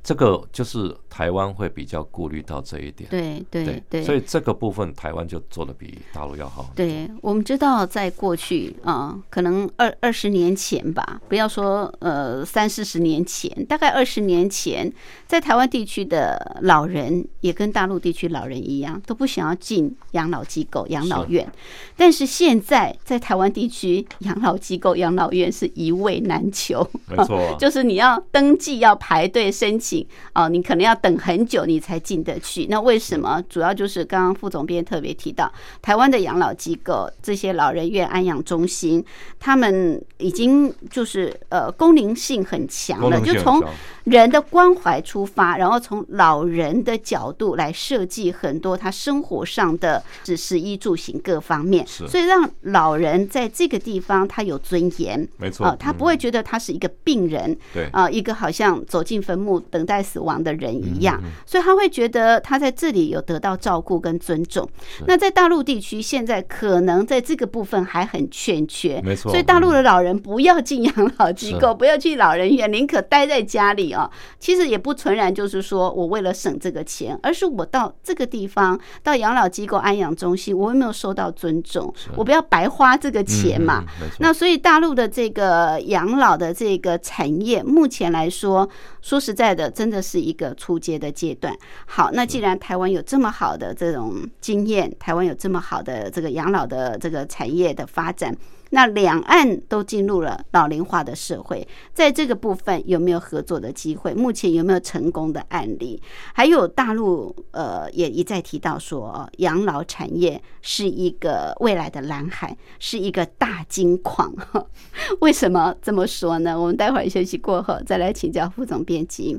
S3: 这个就是台湾会比较顾虑到这一点。
S1: 对对对，
S3: 所以这个部分台湾就做的比大陆要好很多。
S1: 对，我们知道，在过去啊、呃可能二二十年前吧，不要说呃三四十年前，大概二十年前，在台湾地区的老人也跟大陆地区老人一样，都不想要进养老机构、养老
S3: 是
S1: 院。但是现在在台湾地区，养老机构、养老院是一位难求，
S3: 没错啊，
S1: 就是你要登记、要排队申性哦，你可能要等很久你才进得去。那为什么？主要就是刚刚副总编特别提到，台湾的养老机构这些老人院、安养中心，他们已经就是呃功能性很强
S3: 功
S1: 了，
S3: 能性
S1: 就
S3: 很
S1: 从
S3: 强
S1: 人的关怀出发，然后从老人的角度来设计很多他生活上的只是衣住行各方面，
S3: 是
S1: 所以让老人在这个地方他有尊严。
S3: 没错，嗯
S1: 啊，他不会觉得他是一个病人，
S3: 对
S1: 啊、一个好像走进坟墓等待死亡的人一
S3: 嗯
S1: 样，所以他会觉得他在这里有得到照顾跟尊重。那在大陆地区，现在可能在这个部分还很欠缺，
S3: 没错
S1: 所以大陆的老人不要进养老机构，不要去老人院，宁可待在家里哦。其实也不纯然就是说我为了省这个钱，而是我到这个地方，到养老机构、安养中心，我有没有受到尊重？我不要白花这个钱嘛。
S3: 嗯嗯没错
S1: 那所以大陆的这个养老的这个产业，目前来说，说实在的，真的是一个初阶的阶段。好，那既然台湾有这么好的这种经验，台湾有这么好的这个养老的这个产业的发展，那两岸都进入了老龄化的社会，在这个部分有没有合作的机会？目前有没有成功的案例？还有大陆呃也一再提到说，哦养老产业是一个未来的蓝海，是一个大金矿。 为什么这么说呢？我们待会儿休息过后再来请教副总编辑。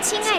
S4: 亲爱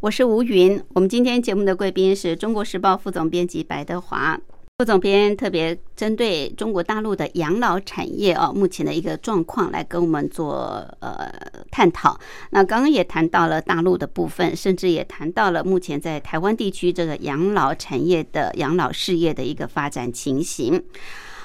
S1: 我是吴云。我们今天节目的贵宾是中国时报副总编辑白德华。副总编特别针对中国大陆的养老产业哦，目前的一个状况来跟我们做呃探讨。那刚刚也谈到了大陆的部分，甚至也谈到了目前在台湾地区这个养老产业的养老事业的一个发展情形。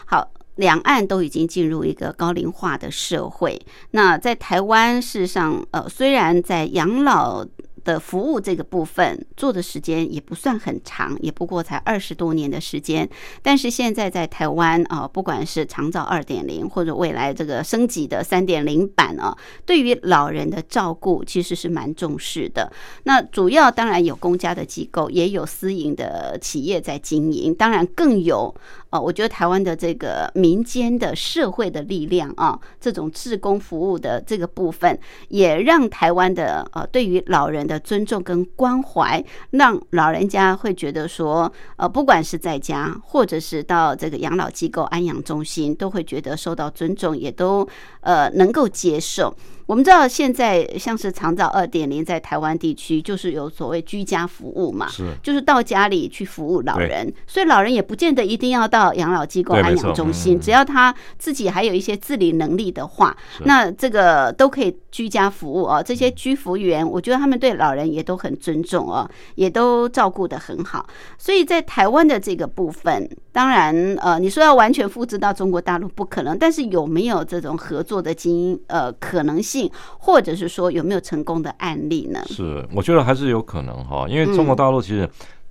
S1: 好，两岸都已经进入一个高龄化的社会。那在台湾，事实上，呃，虽然在养老的服务这个部分做的时间也不算很长，也不过才二十多年的时间。但是现在在台湾啊，不管是长照二点零或者未来这个升级的三点零版啊，对于老人的照顾其实是蛮重视的。那主要当然有公家的机构，也有私营的企业在经营，当然更有呃，我觉得台湾的这个民间的社会的力量啊，这种志工服务的这个部分，也让台湾的呃对于老人的尊重跟关怀，让老人家会觉得说，呃，不管是在家或者是到这个养老机构、安养中心，都会觉得受到尊重，也都呃能够接受。我们知道现在像是长照二点零在台湾地区，就是有所谓居家服务嘛，
S3: 是
S1: 就是到家里去服务老人，所以老人也不见得一定要到养老机构、
S3: 对
S1: 安
S3: 没错
S1: 养中心，
S3: 嗯
S1: 只要他自己还有一些自理能力的话，
S3: 是嗯
S1: 那这个都可以居家服务哦。这些居服员，我觉得他们对老人也都很尊重哦，也都照顾得很好。所以在台湾的这个部分，当然呃，你说要完全复制到中国大陆不可能，但是有没有这种合作的经呃可能性，或者是说有没有成功的案例呢？
S3: 是，我觉得还是有可能哈，因为中
S1: 嗯
S3: 国大陆其实，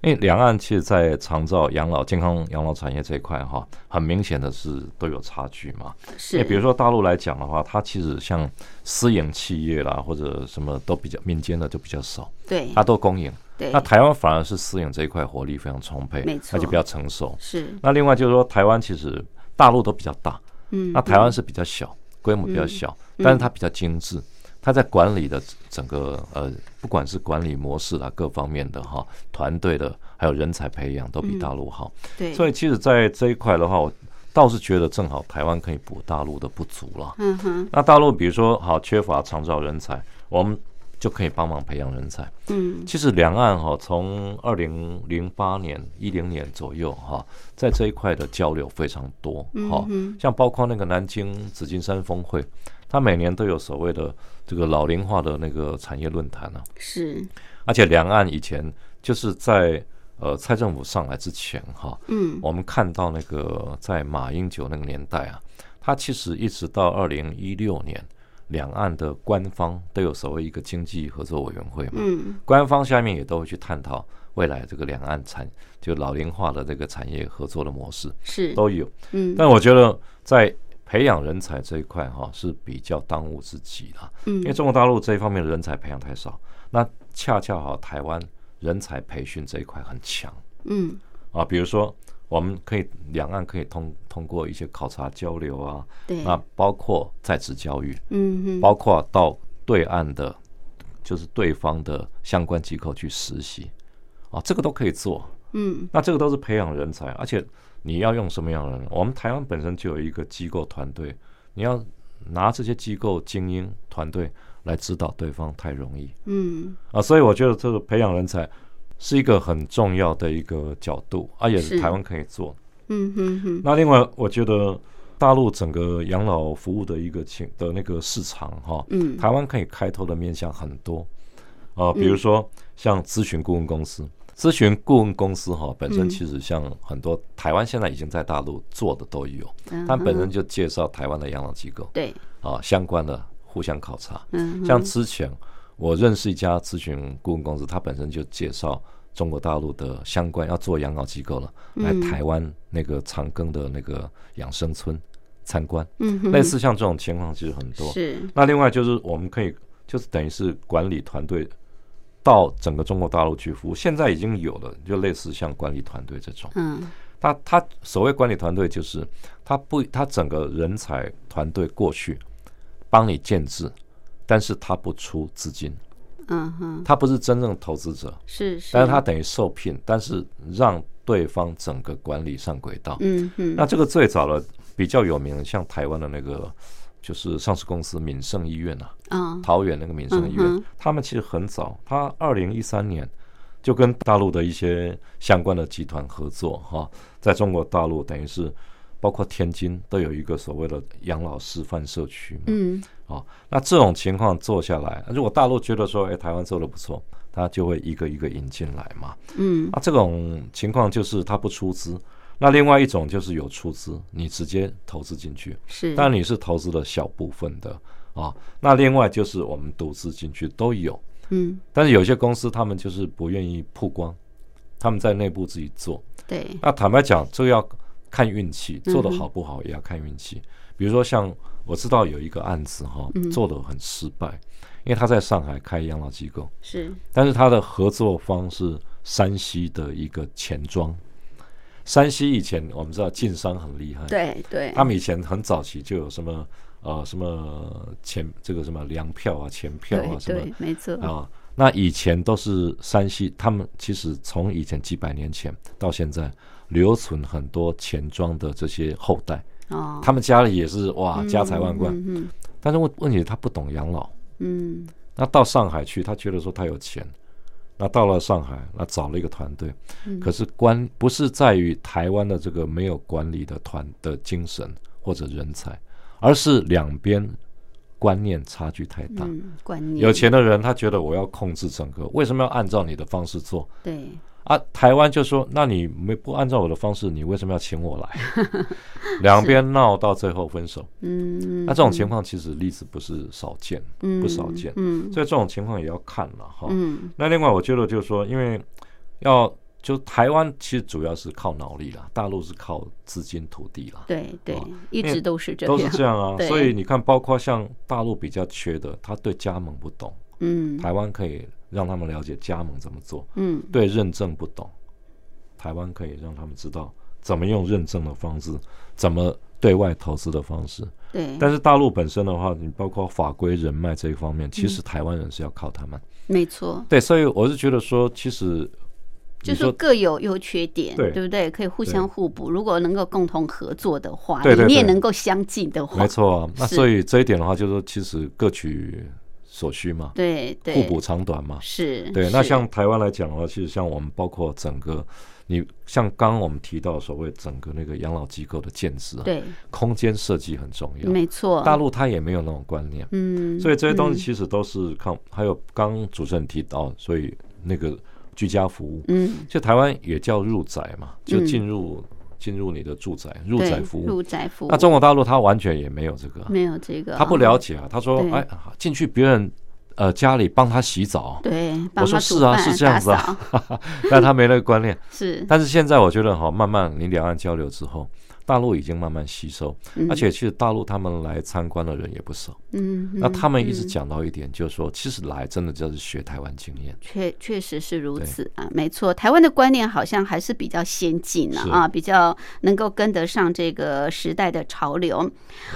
S3: 因为两岸其实，在长照、养老、健康养老产业这一块哈，很明显的是都有差距嘛。
S1: 是，
S3: 那比如说大陆来讲的话，它其实像私营企业啦，或者什么都比较民间的就比较少，
S1: 对
S3: 它都公营。
S1: 对
S3: 那，台湾反而是私营这一块活力非常充沛，
S1: 没错
S3: 那就比较成熟。
S1: 是
S3: 那另外就是说，台湾其实大陆都比较大，
S1: 嗯，
S3: 那台湾是比较小，规模比较小，但是它比较精致，它在管理的整个呃，不管是管理模式啊，各方面的哈，团队的还有人才培养都
S1: 嗯
S3: 比大陆好。
S1: 对，
S3: 所
S1: 以
S3: 以其实，在这一块的话，我倒是觉得正好台湾可以补大陆的不足了。
S1: 嗯哼，
S3: 那大陆比如说好缺乏长照人才，我们就可以帮忙培养人才。
S1: 嗯
S3: 其实两岸哈、从二零零八年、一零年左右哈、在这一块的交流非常多
S1: 嗯
S3: 哈、像包括那个南京紫金山峰会，它每年都有所谓的这个老龄化的那个产业论坛啊，
S1: 是，
S3: 而且两岸以前就是在呃蔡政府上来之前哈、
S1: 嗯
S3: 我们看到那个在马英九那个年代啊，它其实一直到二零一六年，两岸的官方都有所谓一个经济合作委员会嘛。
S1: 嗯
S3: 官方下面也都会去探讨未来这个两岸产就老龄化的这个产业合作的模式
S1: 是，
S3: 都有。
S1: 嗯
S3: 但我觉得在培养人才这一块哈、是比较当务之急啦，
S1: 嗯
S3: 因为中国大陆这一方面的人才培养太少，那恰恰好台湾人才培训这一块很强
S1: 嗯
S3: 啊，比如说。我们可以两岸可以通通过一些考察交流啊，
S1: 对，
S3: 那包括在职教育，
S1: 嗯哼，
S3: 包括到对岸的，就是对方的相关机构去实习，啊，这个都可以做。
S1: 嗯
S3: 那这个都是培养人才，而且你要用什么样的人？我们台湾本身就有一个机构团队，你要拿这些机构精英团队来指导对方太容易
S1: 嗯
S3: 啊，所以我觉得这个培养人才是一个很重要的一个角度，啊，也
S1: 是
S3: 是台湾可以做。
S1: 嗯哼哼，
S3: 那另外，我觉得大陆整个养老服务的一个情的那个市场哈、
S1: 嗯
S3: 台湾可以开拓的面向很多，呃，比如说像咨询顾问公司，咨询顾问公司哈、本
S1: 嗯
S3: 身其实像很多台湾现在已经在大陆做的都有，
S1: 嗯
S3: 它本
S1: 哼
S3: 身就介绍台湾的养老机构
S1: 对，
S3: 啊相关的互相考察。
S1: 嗯
S3: 像之前我认识一家咨询顾问公司，它本身就介绍中国大陆的相关要做养老机构了，
S1: 嗯
S3: 来台湾那个长庚的那个养生村参观，
S1: 嗯哼，
S3: 类似像这种情况其实很多。
S1: 是，
S3: 那另外就是我们可以，就是等于是管理团队到整个中国大陆去服务，现在已经有了，就类似像管理团队这种。
S1: 嗯
S3: 他他所谓管理团队就是他不他整个人才团队过去，帮你建制，但是他不出资金，
S1: 嗯哼，
S3: 他不是真正投资者，
S1: 是是，
S3: 但是他等于受聘，但是让对方整个管理上轨道。
S1: 嗯哼，
S3: 那这个最早的比较有名的，像台湾的那个就是上市公司民生医院啊，
S1: 嗯
S3: 桃园那个民生医
S1: 嗯
S3: 院
S1: 哼，
S3: 他们其实很早，他二零一三年就跟大陆的一些相关的集团合作哈，在中国大陆等于是包括天津都有一个所谓的养老示范社区嘛，
S1: 嗯
S3: 哦，那这种情况做下来，如果大陆觉得说，哎，台湾做的不错，他就会一个一个引进来嘛。
S1: 嗯
S3: 那这种情况就是他不出资，那另外一种就是有出资，你直接投资进去，
S1: 是，
S3: 但你是投资了小部分的啊。那另外就是我们独资进去都有，
S1: 嗯
S3: 但是有些公司他们就是不愿意曝光，他们在内部自己做。
S1: 对，
S3: 那坦白讲，这个要看运气，做的
S1: 嗯哼
S3: 好不好也要看运气。比如说像我知道有一个案子哈
S1: 嗯，
S3: 做的很失败，因为他在上海开养老机构，
S1: 是
S3: 但是他的合作方是山西的一个钱庄。山西以前我们知道晋商很厉害，
S1: 对对，
S3: 哎他们以前很早期就有什么呃什么钱这个什么粮票啊、钱票啊
S1: 对
S3: 什么
S1: 对，没错，
S3: 啊，那以前都是山西，他们其实从以前几百年前到现在，留存很多钱庄的这些后代，
S1: 哦，
S3: 他们家里也是哇家财万贯，
S1: 嗯
S3: 但是问问题他不懂养老，
S1: 嗯嗯
S3: 那到上海去，他觉得说他有钱，那到了上海，那找了一个团队，
S1: 嗯
S3: 可是关不是在于台湾的这个没有管理的团的精神或者人才，而是两边观念差距太大。
S1: 嗯，观念
S3: 啊有钱的人他觉得我要控制整个，为什么要按照你的方式做
S1: 对，
S3: 啊？台湾就说，那你没不按照我的方式，你为什么要请我来？ 两边闹到最后分手，
S1: 嗯，
S3: 那这种情况其实例子不是少见，
S1: 嗯
S3: 不少见
S1: 嗯
S3: 所以这种情况也要看了哈。
S1: 嗯
S3: 那另外我觉得就是说，因为要就台湾其实主要是靠脑力啦，大陆是靠资金土地啦。
S1: 对对
S3: 哦，
S1: 一
S3: 为
S1: 直都是这
S3: 都是
S1: 样，
S3: 这样啊，
S1: 对
S3: 所以你看，包括像大陆比较缺的，他对加盟不懂，
S1: 嗯
S3: 台湾可以让他们了解加盟怎么做，
S1: 嗯
S3: 对认证不懂，台湾可以让他们知道怎么用认证的方式，怎么对外投资的方式。
S1: 对，
S3: 但是大陆本身的话，你包括法规、人脉这一方面，其
S1: 嗯
S3: 实台湾人是要靠他们。
S1: 没错，
S3: 对，所以我是觉得说，其实
S1: 就
S3: 你
S1: 是
S3: 说
S1: 各有优缺点，
S3: 对
S1: 不对？可以互
S3: 对
S1: 相互补，如果能够共同合作的话，
S3: 对对
S1: 理念
S3: 对
S1: 能够相近的话，
S3: 没，错啊。那
S1: 是
S3: 所以这一点的话，就是说，其实各取所需嘛，
S1: 对对，
S3: 互补长短嘛。
S1: 是，
S3: 对，那
S1: 是
S3: 像台湾来讲的话，其实像我们包括整个，你像刚刚我们提到所谓整个那个养老机构的建设、啊，
S1: 对，
S3: 空间设计很重要。
S1: 没错，
S3: 大陆它也没有那种观念，
S1: 嗯，
S3: 所以这些东西其实都是看。还有刚刚主持人提到，所以那个居家服务，
S1: 嗯，
S3: 就台湾也叫入宅嘛，就
S1: 嗯
S3: 进入进入你的住宅，入
S1: 对
S3: 宅服务。
S1: 入宅服务，
S3: 那中国大陆它完全也没有这个啊，
S1: 没有这个，
S3: 他不了，解啊。他说
S1: 对：“
S3: 哎，进去别人呃家里帮他洗澡，
S1: 对，帮
S3: 说
S1: 他煮
S3: 是啊
S1: 饭
S3: 是这样
S1: 打
S3: 子啊
S1: 扫
S3: 但他没那个观念。
S1: 是，
S3: 但是现在我觉得哈，慢慢你两岸交流之后，大陆已经慢慢吸收，
S1: 嗯
S3: 而且其实大陆他们来参观的人也不少。
S1: 嗯，
S3: 那他们一直
S1: 嗯
S3: 讲到一点，就是说，其实来真的就是学台湾经验。
S1: 确确实是如
S3: 对
S1: 此啊，没错，台湾的观念好像还是比较先进啊，
S3: 是
S1: 啊，比较能够跟得上这个时代的潮流。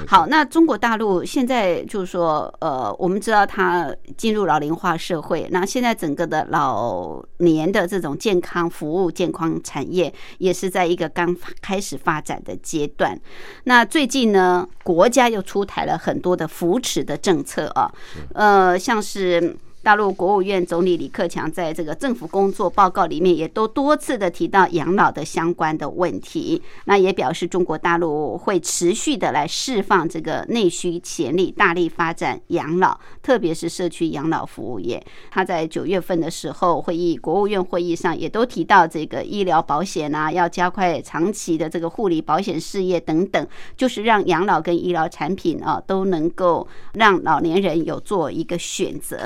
S1: 好，那中国大陆现在就是说，呃，我们知道它进入老龄化社会，那现在整个的老年的这种健康服务、健康产业也是在一个刚发开始发展的阶段。那最近呢，国家又出台了很多的扶持的政策啊，呃，像是。大陆国务院总理李克强在这个政府工作报告里面也都多次的提到养老的相关的问题，那也表示中国大陆会持续的来释放这个内需潜力，大力发展养老，特别是社区养老服务业。他在九月份的时候会议，国务院会议上也都提到这个医疗保险啊，要加快长期的这个护理保险事业等等，就是让养老跟医疗产品啊都能够让老年人有做一个选择。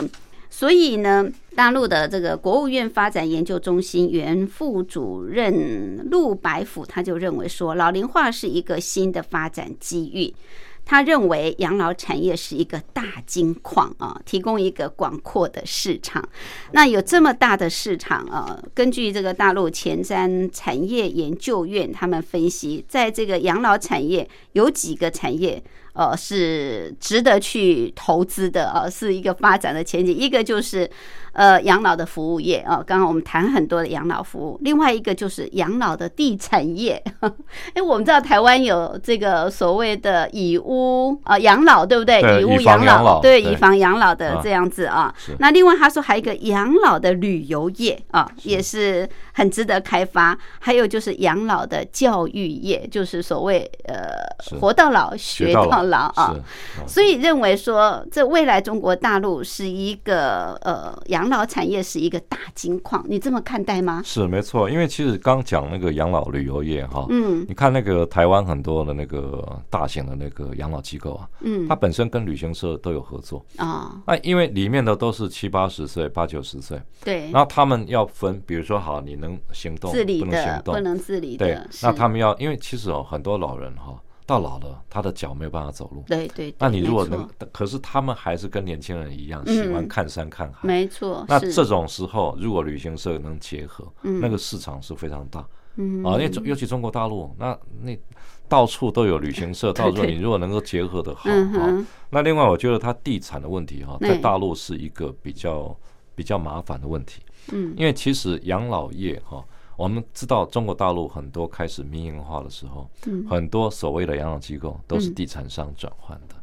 S1: 所以呢，大陆的这个国务院发展研究中心原副主任陆白甫他就认为说，老龄化是一个新的发展机遇。他认为养老产业是一个大金矿啊，提供一个广阔的市场。那有这么大的市场啊，根据这个大陆前瞻产业研究院他们分析，在这个养老产业有几个产业呃是值得去投资的啊、呃，是一个发展的前景。一个就是呃养老的服务业啊、呃，刚刚我们谈很多的养老服务，另外一个就是养老的地产业。 哎，我们知道台湾有这个所谓的以屋啊、呃、养老，对不对？
S3: 对
S1: 以屋
S3: 以房养
S1: 老，
S3: 老
S1: 对，
S3: 对
S1: 以房养老的
S3: 啊
S1: 这样子啊。
S3: 是
S1: 那另外他说还有一个养老的旅游业啊，也是很值得开发。还有就是养老的教育业，就是所谓
S3: 是
S1: 呃活到老学
S3: 到
S1: 到老啊。
S3: 是哦
S1: 所以认为说，这未来中国大陆是一个呃养老产业是一个大金矿，你这么看待吗？
S3: 是没错，因为其实刚讲那个养老旅游业哈，
S1: 嗯
S3: 你看那个台湾很多的那个大型的那个养老机构啊，
S1: 嗯
S3: 它本身跟旅行社都有合作，
S1: 啊、
S3: 那因为里面的都是七八十岁、八九十岁，
S1: 对
S3: 然，后他们要分，比如说好，你能行动，
S1: 嗯自理
S3: 不能行
S1: 的不
S3: 动，
S1: 能自理
S3: 对
S1: 的，，
S3: 那
S1: 是
S3: 他们要，因为其实哦，很多老人哈、到老了，他的脚没有办法走路，
S1: 对对，对
S3: 那你如果
S1: 嗯没错
S3: 能，可是他们还是跟年轻人一样，
S1: 嗯
S3: 喜欢看山看海。
S1: 没错，
S3: 那
S1: 哦是
S3: 这种时候，如果旅行社能结合，
S1: 嗯
S3: 那个市场是非常大啊。
S1: 嗯
S3: 因为中尤其中国大陆，那那到处都有旅行社，到处
S1: 对
S3: 你如果能够结合的好
S1: 嗯
S3: 啊。
S1: 哼
S3: 那另外，我觉得它地产的问题哈，在
S1: 嗯
S3: 大陆是一个比较比较麻烦的问题，
S1: 嗯
S3: 因为其实养老业哈。我们知道中国大陆很多开始民营化的时候，
S1: 嗯
S3: 很多所谓的养老机构都是
S1: 嗯
S3: 地产商转换的，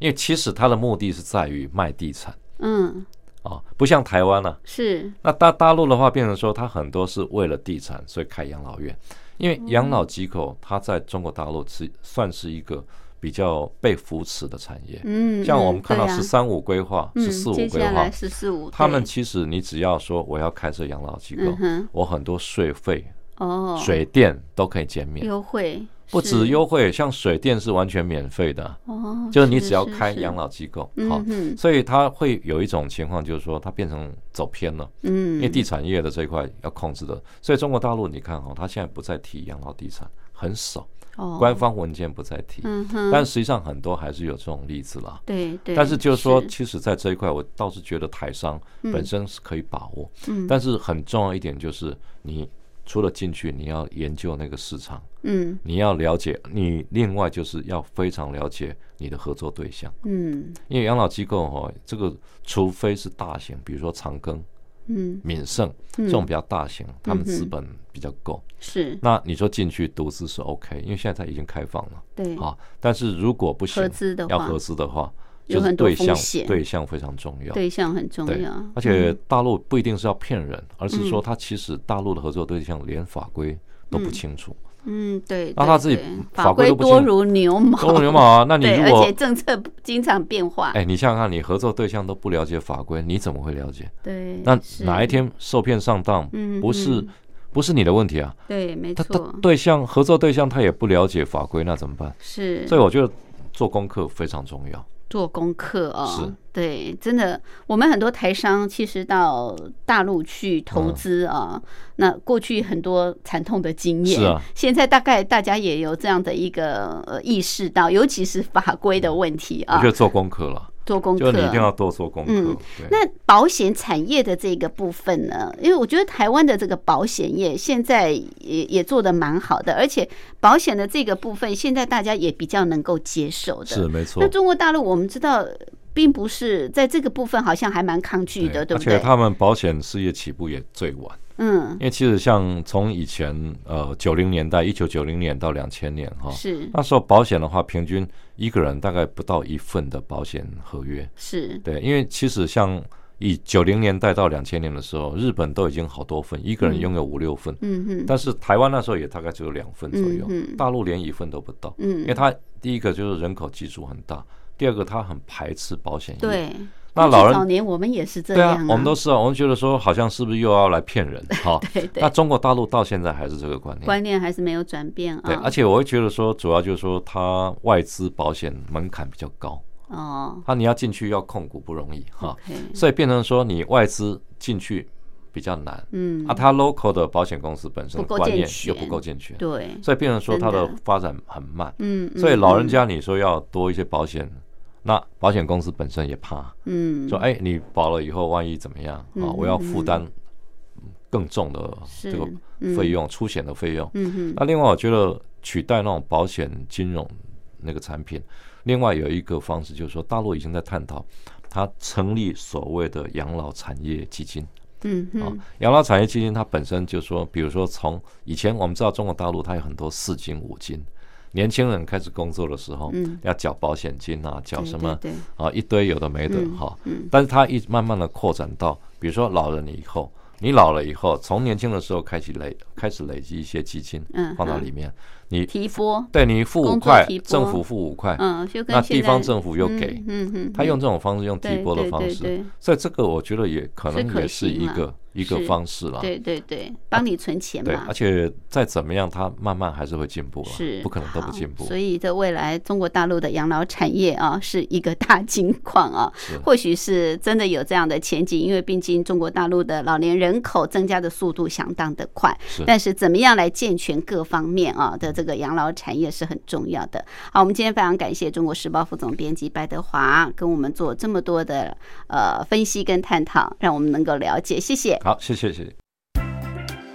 S3: 因为其实它的目的是在于卖地产
S1: 嗯
S3: 啊，不像台湾呢、
S1: 是
S3: 那大大陆的话，变成说它很多是为了地产，所以开养老院，因为养
S1: 嗯
S3: 老机构它在中国大陆是算是一个比较被扶持的产业。
S1: 嗯，
S3: 像我们看到
S1: 是
S3: 十三五规划、
S1: 嗯
S3: 十四五
S1: 接
S3: 规
S1: 下
S3: 划
S1: 来，十四五，
S3: 他们
S1: 对
S3: 其实你只要说我要开设养老机构
S1: 嗯，哼
S3: 我很多税费、
S1: 哦，
S3: 水电都可以减免，
S1: 优惠
S3: 不
S1: 是
S3: 止优惠，像水电是完全免费的。
S1: 哦，
S3: 就是你只要开养
S1: 老，
S3: 老机构，
S1: 嗯
S3: 好，
S1: 哼
S3: 所以它会有一种情况，就是说它变成走偏了，
S1: 嗯，
S3: 因为地产业的这一块要控制的，所以中国大陆你看哦，它现在不再提养老地产，很少，
S1: 哦
S3: 官方文件不再提，
S1: 嗯哼，
S3: 但实际上很多还是有这种例子啦。
S1: 对对，
S3: 但是就
S1: 嗯
S3: 是说，其实，在这一块，我倒是觉得台商本身是可以把握，
S1: 嗯
S3: 但是很重要一点就是，你除了进去，你要研究那个市场，
S1: 嗯
S3: 你要了解，你另外就是要非常了解你的合作对象。
S1: 嗯
S3: 因为养老机构哦，这个除非是大型，比如说长庚、
S1: 嗯
S3: 闽盛
S1: 嗯
S3: 这种比较大型，他们
S1: 嗯哼
S3: 资本比较够，
S1: 是
S3: 那你说进去独资是 OK，因为现在它已经开放了
S1: 对
S3: 啊。但是如果不行
S1: 嗯合，资的
S3: 要
S1: 话
S3: 合，资的话，
S1: 有
S3: 就是
S1: 很多
S3: 对
S1: 风
S3: 象
S1: 险
S3: 对象非常重要。
S1: 对象很重要，嗯
S3: 而且大陆不一定是要骗人，而是说他其实大陆的合作对象连法规都不清楚，
S1: 嗯对，
S3: 那
S1: 对
S3: 他自己
S1: 对
S3: 法
S1: 法
S3: 规
S1: 规
S3: 都不
S1: 多
S3: 清
S1: 如牛毛，
S3: 公牛毛啊，那你
S1: 哦对，
S3: 如
S1: 而
S3: 果
S1: 且政策经常变化，
S3: 哎，你想想看，你合作对象都不了解法规，你怎么会了解？
S1: 对，
S3: 那
S1: 是
S3: 哪一？天受骗上当，
S1: 嗯
S3: 不是
S1: 嗯
S3: 不是你的问题啊，
S1: 对，没
S3: 他他
S1: 错，
S3: 对象合作对象他也不了解法规，那怎么办？
S1: 是
S3: 所以我觉得做功课非常重要。
S1: 做功课哦
S3: 是。
S1: 对，真的，我们很多台商其实到大陆去投资啊，那过去很多惨痛的经验，
S3: 嗯是啊
S1: 现在大概大家也有这样的一个呃意识到，尤其是法规的问题
S3: 嗯我
S1: 啊
S3: 觉，得做功课了，
S1: 做功
S3: 就
S1: 课。
S3: 是你一定要多做功
S1: 嗯
S3: 课。对，
S1: 那保险产业的这个部分呢？因为我觉得台湾的这个保险业现在也也做得蛮好的，而且保险的这个部分现在大家也比较能够接受的。
S3: 是没错
S1: 那。中国大陆我们知道，并不是在这个部分好像还蛮抗拒的，对
S3: 而
S1: 不
S3: 且
S1: 对？
S3: 他们保险事业起步也最晚，
S1: 嗯
S3: 因，为其实像从以前呃九零年代，一九九零年到两千年哈，
S1: 是
S3: 那时候保险的话，平均一个人大概不到一份的保险合约。
S1: 是，
S3: 对，因为其实像以九零年代到两千年的时候，日本都已经好多份，一个人拥有五六份，
S1: 嗯哼，
S3: 但是台湾那时候也大概只有两份左右，
S1: 嗯嗯
S3: 大陆连一份都不到，因为
S1: 嗯，
S3: 它第一个就是人口基数很大，第二个它很排斥保险业。，
S1: 对。
S3: 那老
S1: 早
S3: 人。
S1: 年我们也是这
S3: 对
S1: 样、
S3: 啊，我们都是啊，我们觉得说好像是不是又要来骗人？好，
S1: 对
S3: 那
S1: 对，
S3: 中国大陆到现在还是这个观念。
S1: 观念还是没有转变啊。
S3: 对，而且我会觉得说，主要就是说它外资保险门槛比较高，
S1: 哦
S3: 它你要进去要控股不容易哈。
S1: ，OK，
S3: 所以变成说你外资进去比较难，
S1: 嗯
S3: 啊，，它 local 的保险公司本身
S1: 不够
S3: 观
S1: 健
S3: 念
S1: 全
S3: 又不够健全，
S1: 对，
S3: 所以变成说它的
S1: 真的
S3: 发展很慢。
S1: 嗯，
S3: 所以
S1: 嗯
S3: 老人
S1: 嗯
S3: 家你说要多一些保险，那保险公司本身也怕，
S1: 嗯，
S3: 说哎，你保了以后万一怎么样
S1: 嗯
S3: 啊？我要负担更重的
S1: 是
S3: 这个
S1: 嗯
S3: 费用，出险的费用。
S1: 嗯哼，
S3: 那另外我觉得取代那种保险金融那个产品，另外有一个方式就是说，大陆已经在探讨，它成立所谓的养老产业基金。
S1: 嗯
S3: 啊
S1: 哼，，
S3: 养老产业基金它本身就说，比如说从以前我们知道中国大陆它有很多四金五金，年轻人开始工作的时候，
S1: 嗯
S3: 要缴保险金啊，缴
S1: 对
S3: 什么
S1: 对对
S3: 啊一堆有的没的
S1: 嗯
S3: 哈、
S1: 嗯
S3: 但是它一直慢慢的扩展到，比如说老人以后，你老了以后，从年轻的时候开始累开始累积一些基金
S1: 嗯
S3: 放到
S1: 嗯
S3: 里面，你
S1: 提拨，
S3: 对你付五
S1: 工作
S3: 块
S1: 提，
S3: 政
S1: 拨
S3: 府付五块，
S1: 嗯，就跟
S3: 哎那
S1: 现
S3: 地方
S1: 在
S3: 政府又给，
S1: 嗯嗯嗯，
S3: 他用这种方式，用
S1: 对
S3: 提拨的
S1: 对
S3: 方
S1: 对对
S3: 式，啊所以这个我觉得也可
S1: 是
S3: 能
S1: 可
S3: 也是
S1: 行
S3: 一
S1: 啦
S3: 个一个
S1: 是
S3: 方式啦。
S1: 对对对，帮你存钱
S3: 对，
S1: 嘛
S3: 而，且再怎么样，它慢慢还是会进步了，啊
S1: 是
S3: 不可能都不
S1: 好
S3: 进步。
S1: 所以这未来中国大陆的养老产业啊，是一个大金矿啊
S3: 是，
S1: 或许是真的有这样的前景，因为毕竟中国大陆的老年人口增加的速度相当的快。
S3: 是
S1: 但是怎么样来健全各方面啊的这个养老产业是很重要的。好，我们今天非常感谢《中国时报》副总编辑白德华跟我们做这么多的呃分析跟探讨，让我们能够了解，谢谢。
S3: 好，谢谢谢谢。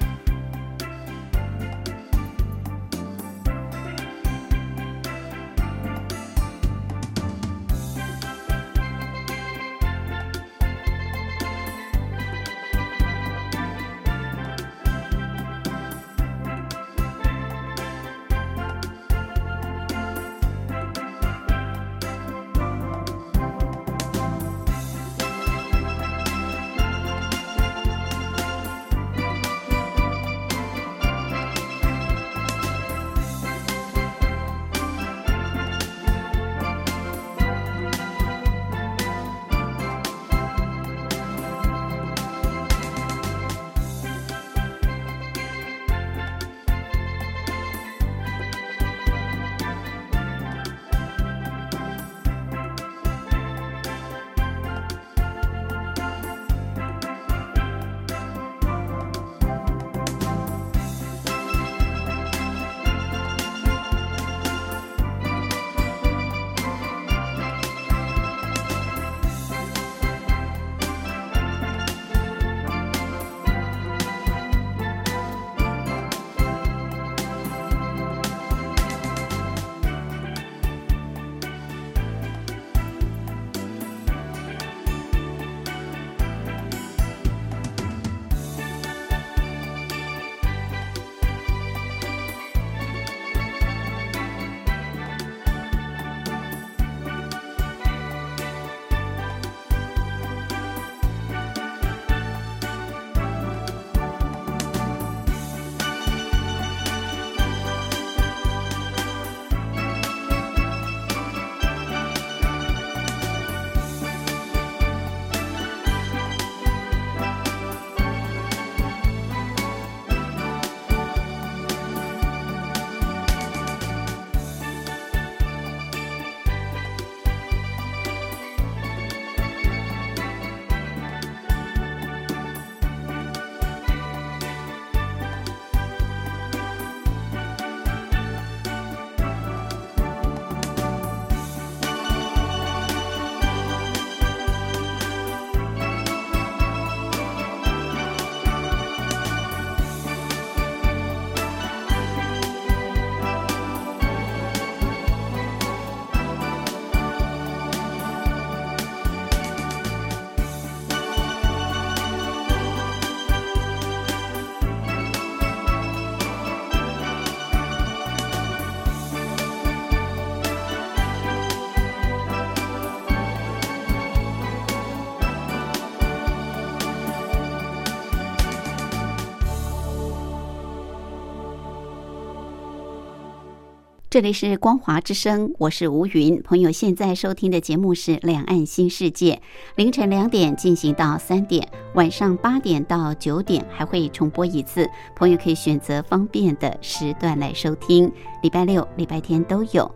S1: 这里是光华之声，我是吴云。朋友现在收听的节目是《两岸新世界》，凌晨两点进行到三点，晚上八点到九点还会重播一次。朋友可以选择方便的时段来收听，礼拜六、礼拜天都有。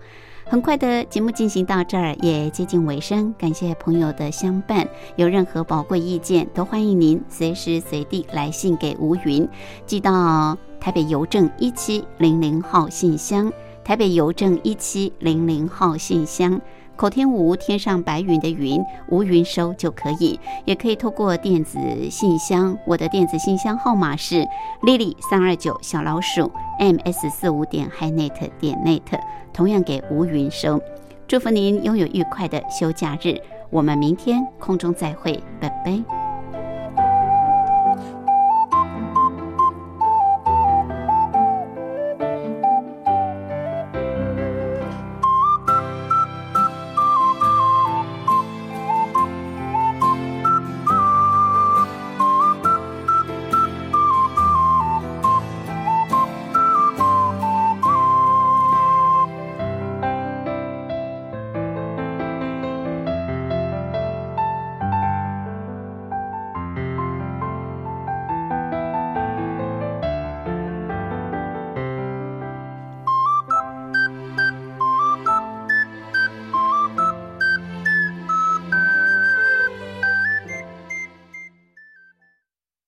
S1: 很快的节目进行到这儿也接近尾声，感谢朋友的相伴。有任何宝贵意见，都欢迎您随时随地来信给吴云，寄到台北邮政一七零零号信箱。台北邮政一七零零号信箱。口天吴天上白云的云，无云收就可以，也可以透过电子信箱。我的电子信箱号码是 lily 三二九小 E 老鼠 ms 四五点 hinet 点 net，同样给吴云收。祝福您拥有愉快的休假日。我们明天空中再会，拜拜。